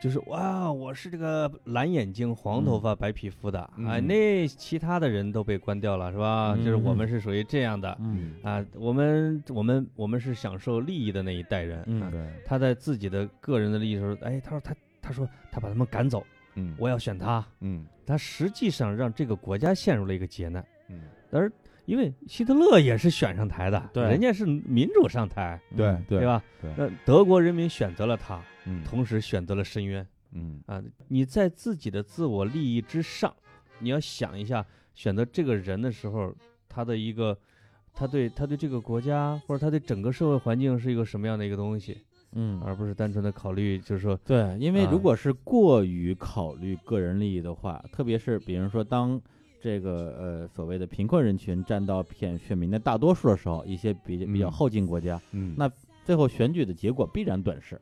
C: 就是哇，我是这个蓝眼睛、黄头发、白皮肤的，哎，
B: 嗯
C: 那其他的人都被关掉了，是吧？就是我
A: 嗯
C: 们是属于这样的
A: 嗯
C: 啊，我们我们我们是享受利益的那一代人。啊
A: 嗯，
B: 对
C: 他在自己的个人的利益的时候，哎，他说他他说他把他们赶走，
B: 嗯
C: 我要选他，
B: 嗯
C: 他实际上让这个国家陷入了一个劫难。
B: 嗯
C: 而因为希特勒也是选上台的，
A: 对
C: 人家是民主上台，
B: 嗯
A: 嗯
B: 对对
C: 嗯吧？
B: 对
C: 那德国人民选择了他，
B: 嗯
C: 同时选择了深渊
B: 嗯
C: 啊！你在自己的自我利益之上，你要想一下，选择这个人的时候，他的一个，他对他对这个国家或者他对整个社会环境是一个什么样的一个东西，
A: 嗯，
C: 而不是单纯的考虑，就是说，
A: 对，因为
B: 嗯
C: 啊
A: 如果是过于考虑个人利益的话，特别是比如说当这个呃所谓的贫困人群占到骗选民的大多数的时候，一些比比较
B: 嗯
A: 后进国家，
B: 嗯
A: 那最后选举的结果必然短视。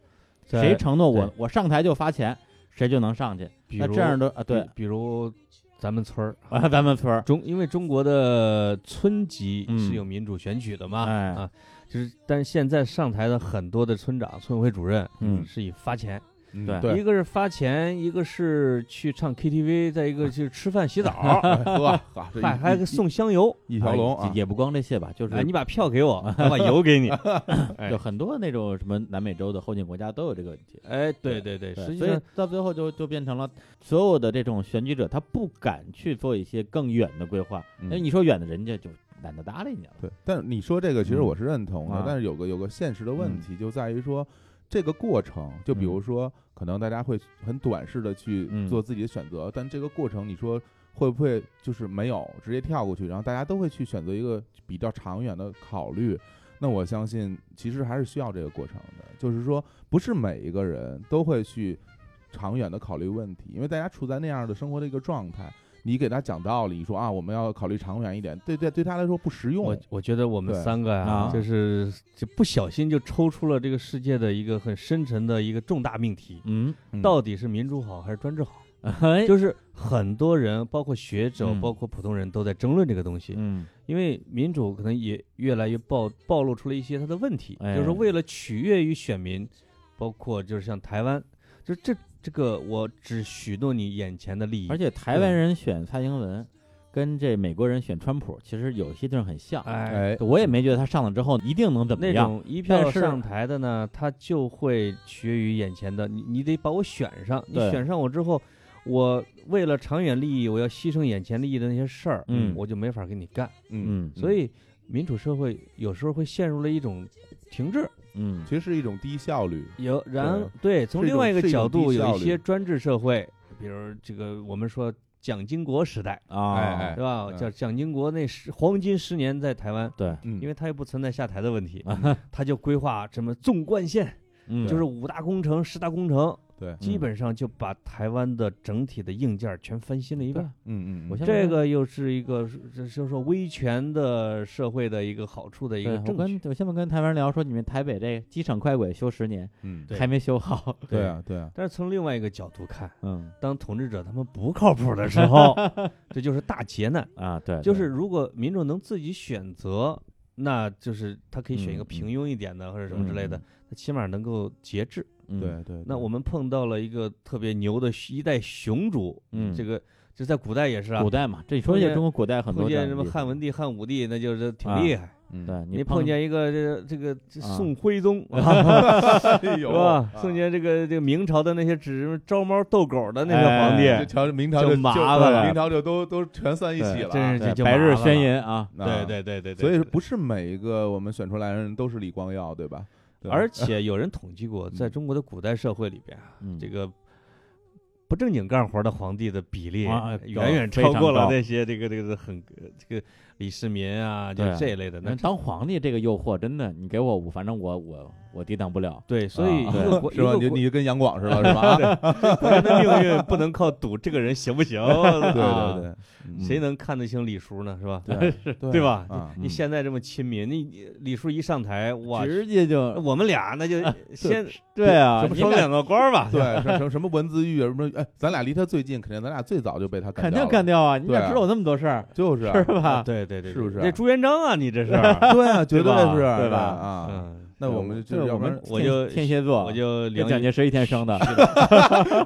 C: 在
A: 谁承诺我
C: 对
A: 我上台就发钱，谁就能上去。
C: 比
A: 那
C: 如嗯
A: 这样的啊，对
C: 比，比如咱们村儿
A: 啊，咱们村儿，
C: 中，因为中国的村级
A: 嗯
C: 是有民主选举的嘛，
A: 哎
C: 啊，就是，但是现在上台的很多的村长、村委会主任，
A: 嗯
C: 是以发钱，
B: 嗯
A: 对
C: 一
B: 对
C: 个是发钱，一个是去唱 KTV，再一个就是吃饭、
B: *laughs*
C: 洗澡，
B: 喝好这一
C: 还还
B: 一
C: 送香油，
B: 一条龙
A: 哎
B: 啊
A: 也，也不光这些吧，就是
C: 哎，你把票给我，我把油给你，哎
A: 就很多那种什么南美洲的后进国家都有这个问题。
C: *laughs* 哎，对对对，
A: 对
C: 实际
A: 所以
C: 上
A: 到最后就就变成了所有的这种选举者，他不敢去做一些更远的规划，因为
B: 嗯
A: 你说远的，人家就懒得搭理你了。
B: 对，但是你说这个，其实
A: 嗯
B: 我是认同的，
A: 啊
B: 但是有个有个现实的问
A: 嗯
B: 题，就在于说这个过程，就比如说，可能大家会很短视的去
A: 嗯
B: 做自己的选择，但这个过程，你说会不会就是没有直接跳过去，然后大家都会去选择一个比较长远的考虑？那我相信，其实还是需要这个过程的，就是说，不是每一个人都会去长远的考虑问题，因为大家处在那样的生活的一个状态。你给他讲道理，说啊，我们要考虑长远一点，对对，对他来说不实用。
C: 我我觉得我们
B: 对
C: 三个呀、
A: 啊
C: 就是就不小心就抽出了这个世界的一个很深沉的一个重大命题，
A: 嗯，
B: 嗯
C: 到底是民主好还是专制好？
A: *laughs* 哎，
C: 就是很多人，包括学者，
A: 嗯
C: 包括普通人都在争论这个东西，
A: 嗯，
C: 因为民主可能也越来越暴暴露出了一些它的问题，
A: 哎
C: 就是为了取悦于选民，包括就是像台湾，就这这个我只许诺你眼前的利益，
A: 而且台湾人选蔡英文，跟这美国人选川普，其实有些地方很像。
C: 哎。
B: 哎，
A: 我也没觉得他上了之后一定能怎么
C: 那
A: 样。
C: 种一
A: 但
C: 票
A: 是
C: 上台的呢，他就会取决于眼前的你，你得把我选上。你
A: 对
C: 选上我之后，我为了长远利益，我要牺牲眼前利益的那些事儿，
A: 嗯
C: 我就没法跟你干。
A: 嗯
C: 所以，民主社会有时候会陷入了一种停滞。
A: 嗯，
B: 其实是一种低效率。
C: 有然
B: 对
C: 对，从
B: 是一
C: 另外
B: 种
C: 一个
B: 是一种
C: 角度，
B: 低
C: 有
B: 效
C: 一
B: 率
C: 些专制社会，比如这个我们说蒋经国时代，
A: 啊，
B: 哎哎
C: 对吧？
B: 嗯
C: 叫蒋经国那十黄金十年在台湾，
A: 对，
B: 嗯
C: 因为他也不存在下台的问题，
A: 啊，
C: 他就规划什么纵贯线。
A: 嗯，
C: 就是五大工程、十大工程，
B: 对，
C: 基本上就把台湾的整体的硬件全翻新了一遍。
B: 嗯嗯，
A: 我
B: 嗯
A: 现在
C: 这个又是一个，这就是说威权的社会的一个好处的一
A: 对
C: 个
A: 我
C: 证
A: 跟
C: 据。
A: 我先跟台湾人聊说，你们台北这机场快轨修十年
B: 嗯，
C: 对
A: 还没修好。 *laughs*
B: 对啊，对啊，
C: 但是从另外一个角度看，
A: 嗯
C: 当统治者他们不靠谱的时
A: *laughs*
C: 候，这就是大劫难。
A: 啊，对，
C: 就是如果民众能自己选择，那就是他可以选一个
A: 嗯嗯
C: 平庸一点的或者什么之类的
A: 嗯，
C: 他起码能够节制。
A: 对嗯
B: 对对。对
C: 那我们碰到了一个特别牛的一代雄主，
A: 嗯
C: 这个这在古代也是啊
A: 古，代嘛，这你说这中国古代很
C: 碰
A: 多这样
C: 见
A: 的
C: 什么
A: 例子
C: 汉文帝、汉武帝，那就是挺
A: 啊
C: 厉害。
B: 嗯，
A: 对
C: 你
A: 碰
C: 碰见一个这这个这
A: 啊
C: 宋
A: *laughs*
C: 徽宗，
B: 哎
C: 是
B: 呦
C: 吧？
B: 啊
C: 宋见这个这个明朝的那些只是招猫逗狗的那些
A: 哎
C: 皇帝，
B: 这瞧明朝就
C: 就麻烦了
B: 明朝就都都全算一起
A: 对
B: 了啊，
C: 真是
A: 对
C: 就
A: 白
C: 麻
A: 日
C: 烦
A: 宣
C: 了
A: 淫啊，
B: 啊
C: 对对对对对，
B: 所以
C: 对
B: 说不是每一个我们选出来的人都是李光耀，对吧？对
C: 而且有人统计过，
B: 嗯
C: 在中国的古代社会里边啊，
A: 嗯
C: 这个不正经干活的皇帝的比例
A: 啊高
C: 远远
A: 非
C: 超
A: 常
C: 过了
A: 高
C: 那些这个这个很这个李世民啊，就
A: 对啊
C: 这一类的。那
A: 那当皇帝这个诱惑真的，你给我，我反正我我我抵挡不了。
C: 对，所以一
B: 啊
C: 个国
B: *laughs*
C: 一
B: 是吧？
C: 个
B: 你
C: 国
B: 你就跟杨广似的，是吧？
C: 国人的命运不能靠赌这个人行不行啊？
B: 对对对，嗯
C: 谁能看得清李叔呢？是吧？ *laughs*
B: 对
C: 对吧
B: 啊，
C: 你现在这么亲民，你你李叔一上台，哇，
A: 直接
C: 那
A: 就
C: 我们俩那就先
A: 对啊，
C: 什么
A: 你
C: 升
A: 俩
C: 两个官儿吧？
B: 对什么什么文字狱什么，哎，咱俩离他最近，肯定咱俩最早就被他
A: 肯
B: 掉
A: 定
B: 了
A: 干，掉啊！你
B: 对
A: 哪
B: 啊
A: 知道我那么多事儿，
B: 就是啊
A: 是吧？
C: 对对对，
B: 是不是啊
C: 这朱元璋啊，你这是？
B: 对啊，绝
A: 对吧
B: 是
A: 对吧
B: 啊。
C: 嗯，
B: 那我们
A: 这
B: 就
A: 我
B: 要不
A: 们
B: 然
C: 我
A: 天
C: 就
A: 天蝎座，
C: 我就
A: 跟
C: 梁
A: 蒋
C: 毅
A: 介石一天生的，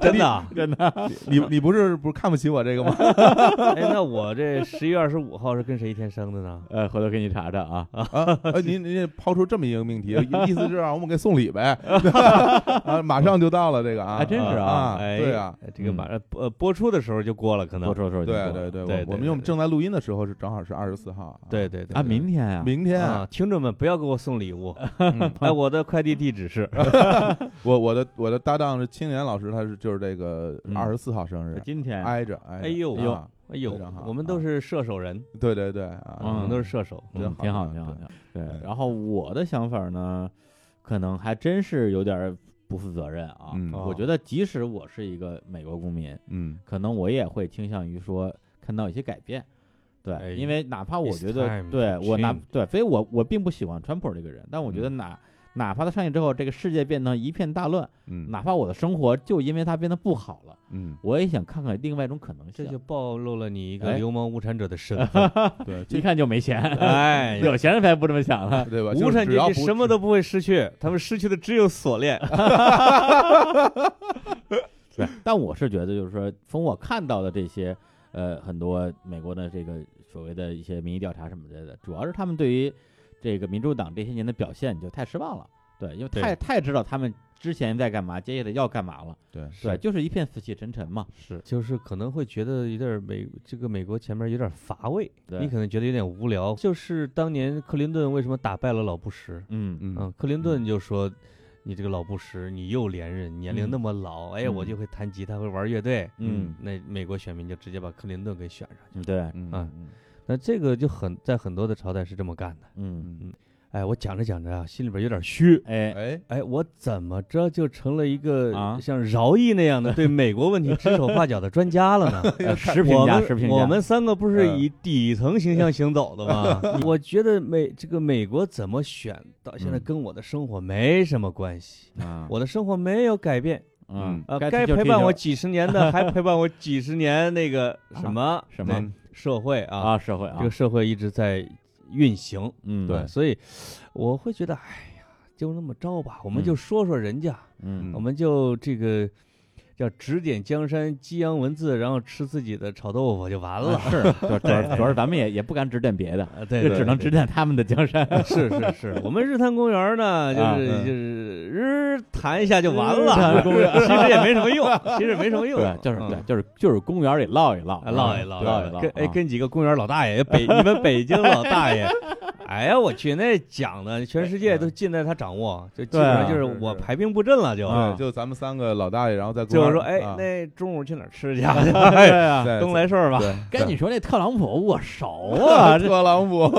C: 真的啊。
A: 真的
B: 你你不是不是看不起我这个吗？
C: *laughs* 哎，那我这十一月二十五号是跟谁一天生的呢？
A: 呃，回头给你查查
C: *laughs*
A: 啊。
B: 啊，呃您您抛出这么一个命题，意思是让我们给送礼呗？啊，马上就到了这个啊，
A: 还真是啊
B: 啊，
C: 哎，
B: 对啊，
C: 这个
A: 嗯
C: 马上呃播出的时候就过了，可能
A: 多说说，
B: 对对对，
C: 对
B: 我
C: 啊对
B: 我们
C: 对
B: 用正在录音的时候是正好是二十四号啊，
C: 对对对
A: 啊，明天啊，
B: 明天
C: 啊，
B: 啊，
C: 听众们不要给我送礼物，
B: 嗯
C: *laughs* 哎，我的快递地址是
B: 我我的我的搭档是青年老师，他是就是这个
A: 嗯
B: 二十四号生日，
A: 今天
B: 挨着挨着，
C: 哎呦
B: 啊
C: 呦哎呦
B: 非常好，
C: 我们都是射手人，
B: 对对对
C: 我
B: 啊
A: 嗯
C: 们，都是射手，
A: 嗯
B: 真好
A: 挺好，
B: 啊
A: 挺好，
B: 对
A: 挺好。对
B: 嗯，
A: 然后我的想法呢，可能还真是有点儿不负责任啊。
B: 嗯
C: 哦
A: 我觉得即使我是一个美国公民，
B: 嗯
A: 可能我也会倾向于说看到一些改变。对，
C: 哎
A: 因为哪怕我
C: it's
A: 觉得
C: time
A: 对
C: to
A: 我哪
C: change 嗯
A: 对，所以我我并不喜欢川普这个人，但我觉得哪、哪怕他上去之后，这个世界变成一片大乱，
B: 嗯
A: 哪怕我的生活就因为他变得不好了，
B: 嗯，
A: 我也想看看另外一种可能
C: 这就
A: 性。
C: 暴露了你一个
A: 哎
C: 流氓无产者的身份。
B: 对
A: 一
B: 这
A: 看就没
C: *laughs*
A: 钱，
C: 哎，
A: *laughs* 有钱人才不这么想了。
B: 对吧？就
C: 无
B: 是
C: 产
B: 只
C: 阶
B: 要
C: 级
B: 不
C: 什么都不会失去，他们失去的只有锁链。
A: 对，但我是觉得，就是说，从我看到的这些，呃，很多美国的这个所谓的一些民意调查什么之类的，主要是他们对于这个民主党这些年的表现就太失望了。对，因为太太知道他们之前在干嘛，接下来要干嘛了。
B: 对
A: 对，就是一啊片死气沉沉嘛。
B: 是
C: 就是可能会觉得有点儿美，这个美国前面有点儿乏味，
A: 对
C: 你可能觉得有点无聊。就是当年克林顿为什么打败了老布什？
A: 嗯
B: 嗯
C: 嗯，克林顿就说，你这个老布什，你又连任，年龄
A: 嗯
C: 那么老，哎，我
A: 嗯
C: 就会弹吉他，会玩乐队。
A: 嗯
C: 那美国选民就直接把克林顿给选上去。
A: 嗯，对，
B: 嗯
C: 啊
B: 嗯
C: 那这个就很在很多的朝代是这么干的。
A: 嗯，
B: 嗯
C: 哎，我讲着讲着啊，心里边有点虚。
A: 哎，
C: *laughs*
B: 哎
C: 哎，我怎么着就成了一
A: 啊
C: 个像饶毅那样的对美国问题指手画脚的专家了呢？
A: 呃食
C: 我
A: 评家，
C: 们
A: 食评家，
C: 我们三个不是
B: 嗯
C: 以底层形象行走的
A: *laughs*
C: 吗？我觉得美这个美国怎么选，到现在
A: 嗯
C: 跟我的生活没什么关系，
A: 啊，
C: 我的生活没有改变。
A: 嗯，
C: 呃，
A: 该
C: 该
A: 就
C: 陪
A: 这
C: 伴
A: 种
C: 我几十年
A: *laughs*
C: 的还陪伴我几十年，那个什么
A: 什么
B: 嗯
C: 社会啊，
A: 啊，社啊会啊
C: 这，个社会一直在运行，
A: 嗯，
B: 对
C: 所以我会觉得，哎呀，就那么着吧，我们就
A: 嗯
C: 说说人家，
A: 嗯
C: 我们就这个。叫指点江山，激扬文字，然后吃自己的炒豆腐就完了。
A: 是，主主
C: *laughs*
A: 要主要是咱们也也不敢指点别的，
C: 啊，对，
A: 就
C: 对
A: 只能
C: *laughs*
A: 指。点他们的江山。
C: 对是是是，我们日坛公
A: *laughs*
C: 园呢，就
A: 啊
C: 是
B: 嗯
C: 就是日谈一下就完
A: 日坛
C: 了，
A: 公园
C: *laughs* 其实也没什么用，其实没什么用
A: 对，，就是
C: 嗯
A: 对，就是就是公园里唠一唠，
C: 啊唠一唠，
A: 唠一唠，
C: 跟哎
A: 啊
C: 跟几个公园老大
A: *laughs*
C: 爷，北你们北京老大爷，哎呀我去，那讲的全世界都
A: 嗯
C: 尽在他掌握，就基本上就是
B: 对啊
C: 我排兵布阵了，就
A: 啊
B: 对，就咱们三个老大爷，然后再
C: 嗯就是说哎
B: 啊
C: 那中午去哪儿吃
A: *laughs*
C: 去啊？哎
A: 嗯对啊，
C: 东来顺儿吧，
B: 吧
A: 跟你说那特朗普我熟
C: *laughs*
A: 啊，这
B: *laughs* 特朗普，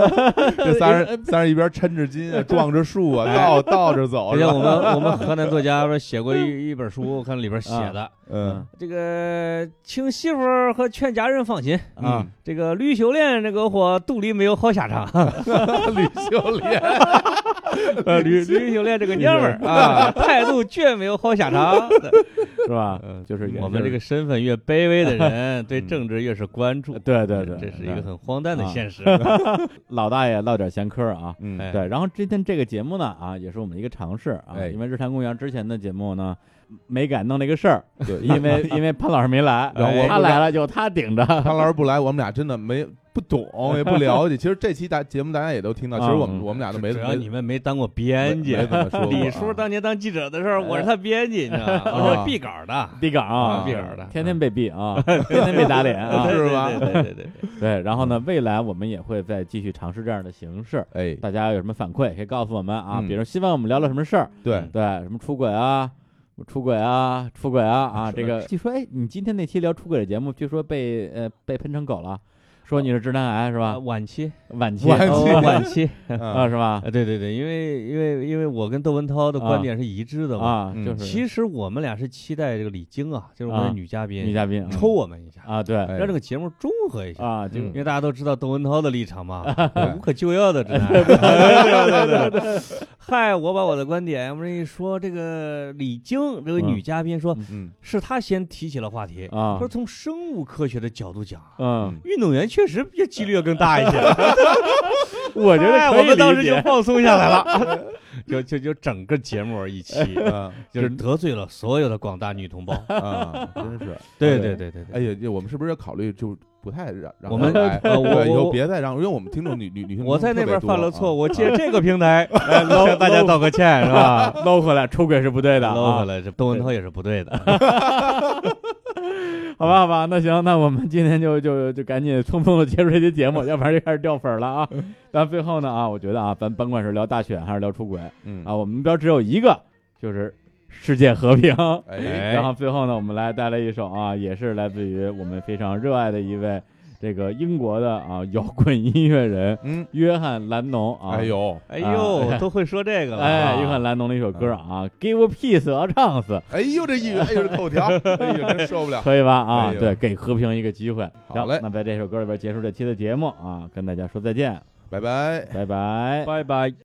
B: 这仨人仨人一边抻着筋啊，撞着树啊，倒倒着走
C: *laughs* 而
B: 是
C: 且
B: 吧，
C: 哎我
A: *laughs*
C: 们我们河南作家不是写过一一本书，我看里边写的，
B: 嗯
C: 这个请媳妇儿和劝家人放心，嗯
A: 啊，
C: 这个吕秀莲这个货肚里没有好下场。
B: 吕嗯秀
C: *laughs*
B: 莲，
C: 呃，吕吕秀莲这个娘们儿啊， *laughs* 态度绝没有好下场。
A: 是吧？就是
C: 嗯我
A: 就
C: 们这
A: 是
C: 个身份越卑微的人，对政治越是关注。
A: 对对对，
C: 嗯这是一
A: 对
C: 个很荒诞的现实。 *laughs*
A: 老大爷唠点闲嗑儿啊。
B: 嗯
C: 哎
A: 对，然后今天这个节目呢，啊，也是我们的一个尝试啊，
B: 哎
A: 因为日坛公园之前的节目呢，没敢弄这个事儿，
B: 对，因为
A: 因
C: *laughs*
A: 为因为潘老师没来，
C: 哎
B: 然后我
A: 他来了就他顶着。
B: 潘老师不来，我们俩真的没不懂，也不了解。其实这期大节目大家也都听到，其实我们
A: 嗯
B: 我们俩都没
C: 只要
B: 没
C: 你们没当过编辑
B: 没没，怎么说过啊
C: 李叔当年当记者的时候，我是他编辑，你知道吗？
B: 啊
C: 我是毕稿的，
A: 地岗啊
C: 啊，避耳的
A: 天
C: *laughs*
A: 天被毙啊，天天被打脸啊，
B: 是吧
C: 对对对对对对，
A: 对，然后呢，
C: 嗯
A: 未来我们也会再继续尝试这样的形式，
B: 哎，
A: 大家有什么反馈可以告诉我们啊，
B: 嗯
A: 比如希望我们聊聊什么事儿，
B: 对，
C: 嗯
A: 对，什么出轨啊。出轨啊，出轨啊
C: *laughs*
A: 啊！这个据说，哎，你今天那期聊出轨的节目，据说被呃被喷成狗了，说你是直男癌是
C: 啊，
A: 吧？
C: 晚期，
A: 晚期
B: 晚期
C: 哦 *laughs* 晚期，
A: 啊
B: 嗯
A: 是吧？
C: 啊，对对对，因为因为因为我跟窦文涛的观点是一致的嘛。
A: 啊，
B: 嗯
A: 就是
C: 其实我们俩是期待这个李菁啊，就是我们
A: 啊
C: 的女嘉
A: 女
C: 宾，
A: 嘉宾啊
C: 抽我们一下，
A: 啊，对
B: 哎
C: 让这个节目中和一下。
A: 啊，就
C: 因为大家都知道窦文涛的立场嘛，
B: 对
C: 无可救药的，真的。对对对对对。嗨，我把我的观点，我们一说这个李菁这个女嘉宾说，
B: 嗯，
C: 是她先提起了话题，
A: 啊
C: 说从生物科学的角度讲，
A: 嗯，
C: 运动员确实这几率要更大一些。
A: 我
C: 我
A: 觉得
C: 嗯哎我
A: 可以
C: 们当
A: 理
C: 时就 *laughs*
A: 解，
C: 放松下来了， *laughs* 就就就整个节目一 *laughs* 期，
B: 嗯
C: 就是得罪了所有的广大女同胞。
B: 啊，真是，
C: *laughs* 对对对对对，
B: 哎呀，这我们是不是要考虑就不太让让
C: 我们
B: 他来
C: 呃我
B: 对以后
C: 我
B: 别再让，因为我们听众女女女性
C: 我在那边犯
B: 啊
C: 了错，我借这个平 *laughs* 台
A: 搂
C: 向大家道个歉，是吧？
A: 啊搂回来，出轨是不对的
C: 搂
A: 啊
C: 回。来，这窦文涛也是不对的。
A: 好吧，好吧，那行，那我们今天就就就赶紧匆匆的结束这期节
B: *laughs*
A: 目，要不然就开始掉粉儿了啊。但最后呢啊，我觉得啊，咱甭管是聊大选还是聊出轨
B: 嗯
A: 啊，我们目标只有一个，就是世界和平。
B: 哎，
A: 然后最后呢，我们来带来一首啊，也是来自于我们非常热爱的一位这个英国的啊 *laughs* 摇滚音乐人
B: 嗯，
A: 约翰·兰农啊，
B: 哎呦，
C: *laughs* 哎呦，都会说这个了，
A: 哎，约
C: 啊
A: 翰·兰农的一首歌
B: 嗯
A: 啊，Give Peace a Chance。
B: 哎呦这一语，哎呦这口
C: *laughs*
B: 条，哎呦真受不了，
A: 可以吧？啊，
B: 哎呦
A: 对，给和平一个机会。
B: 好
A: 行
B: 嘞
A: 那在这首歌里边结束这期的节目啊，跟大家说再见，
B: 拜拜。
A: 拜拜。
C: 拜拜。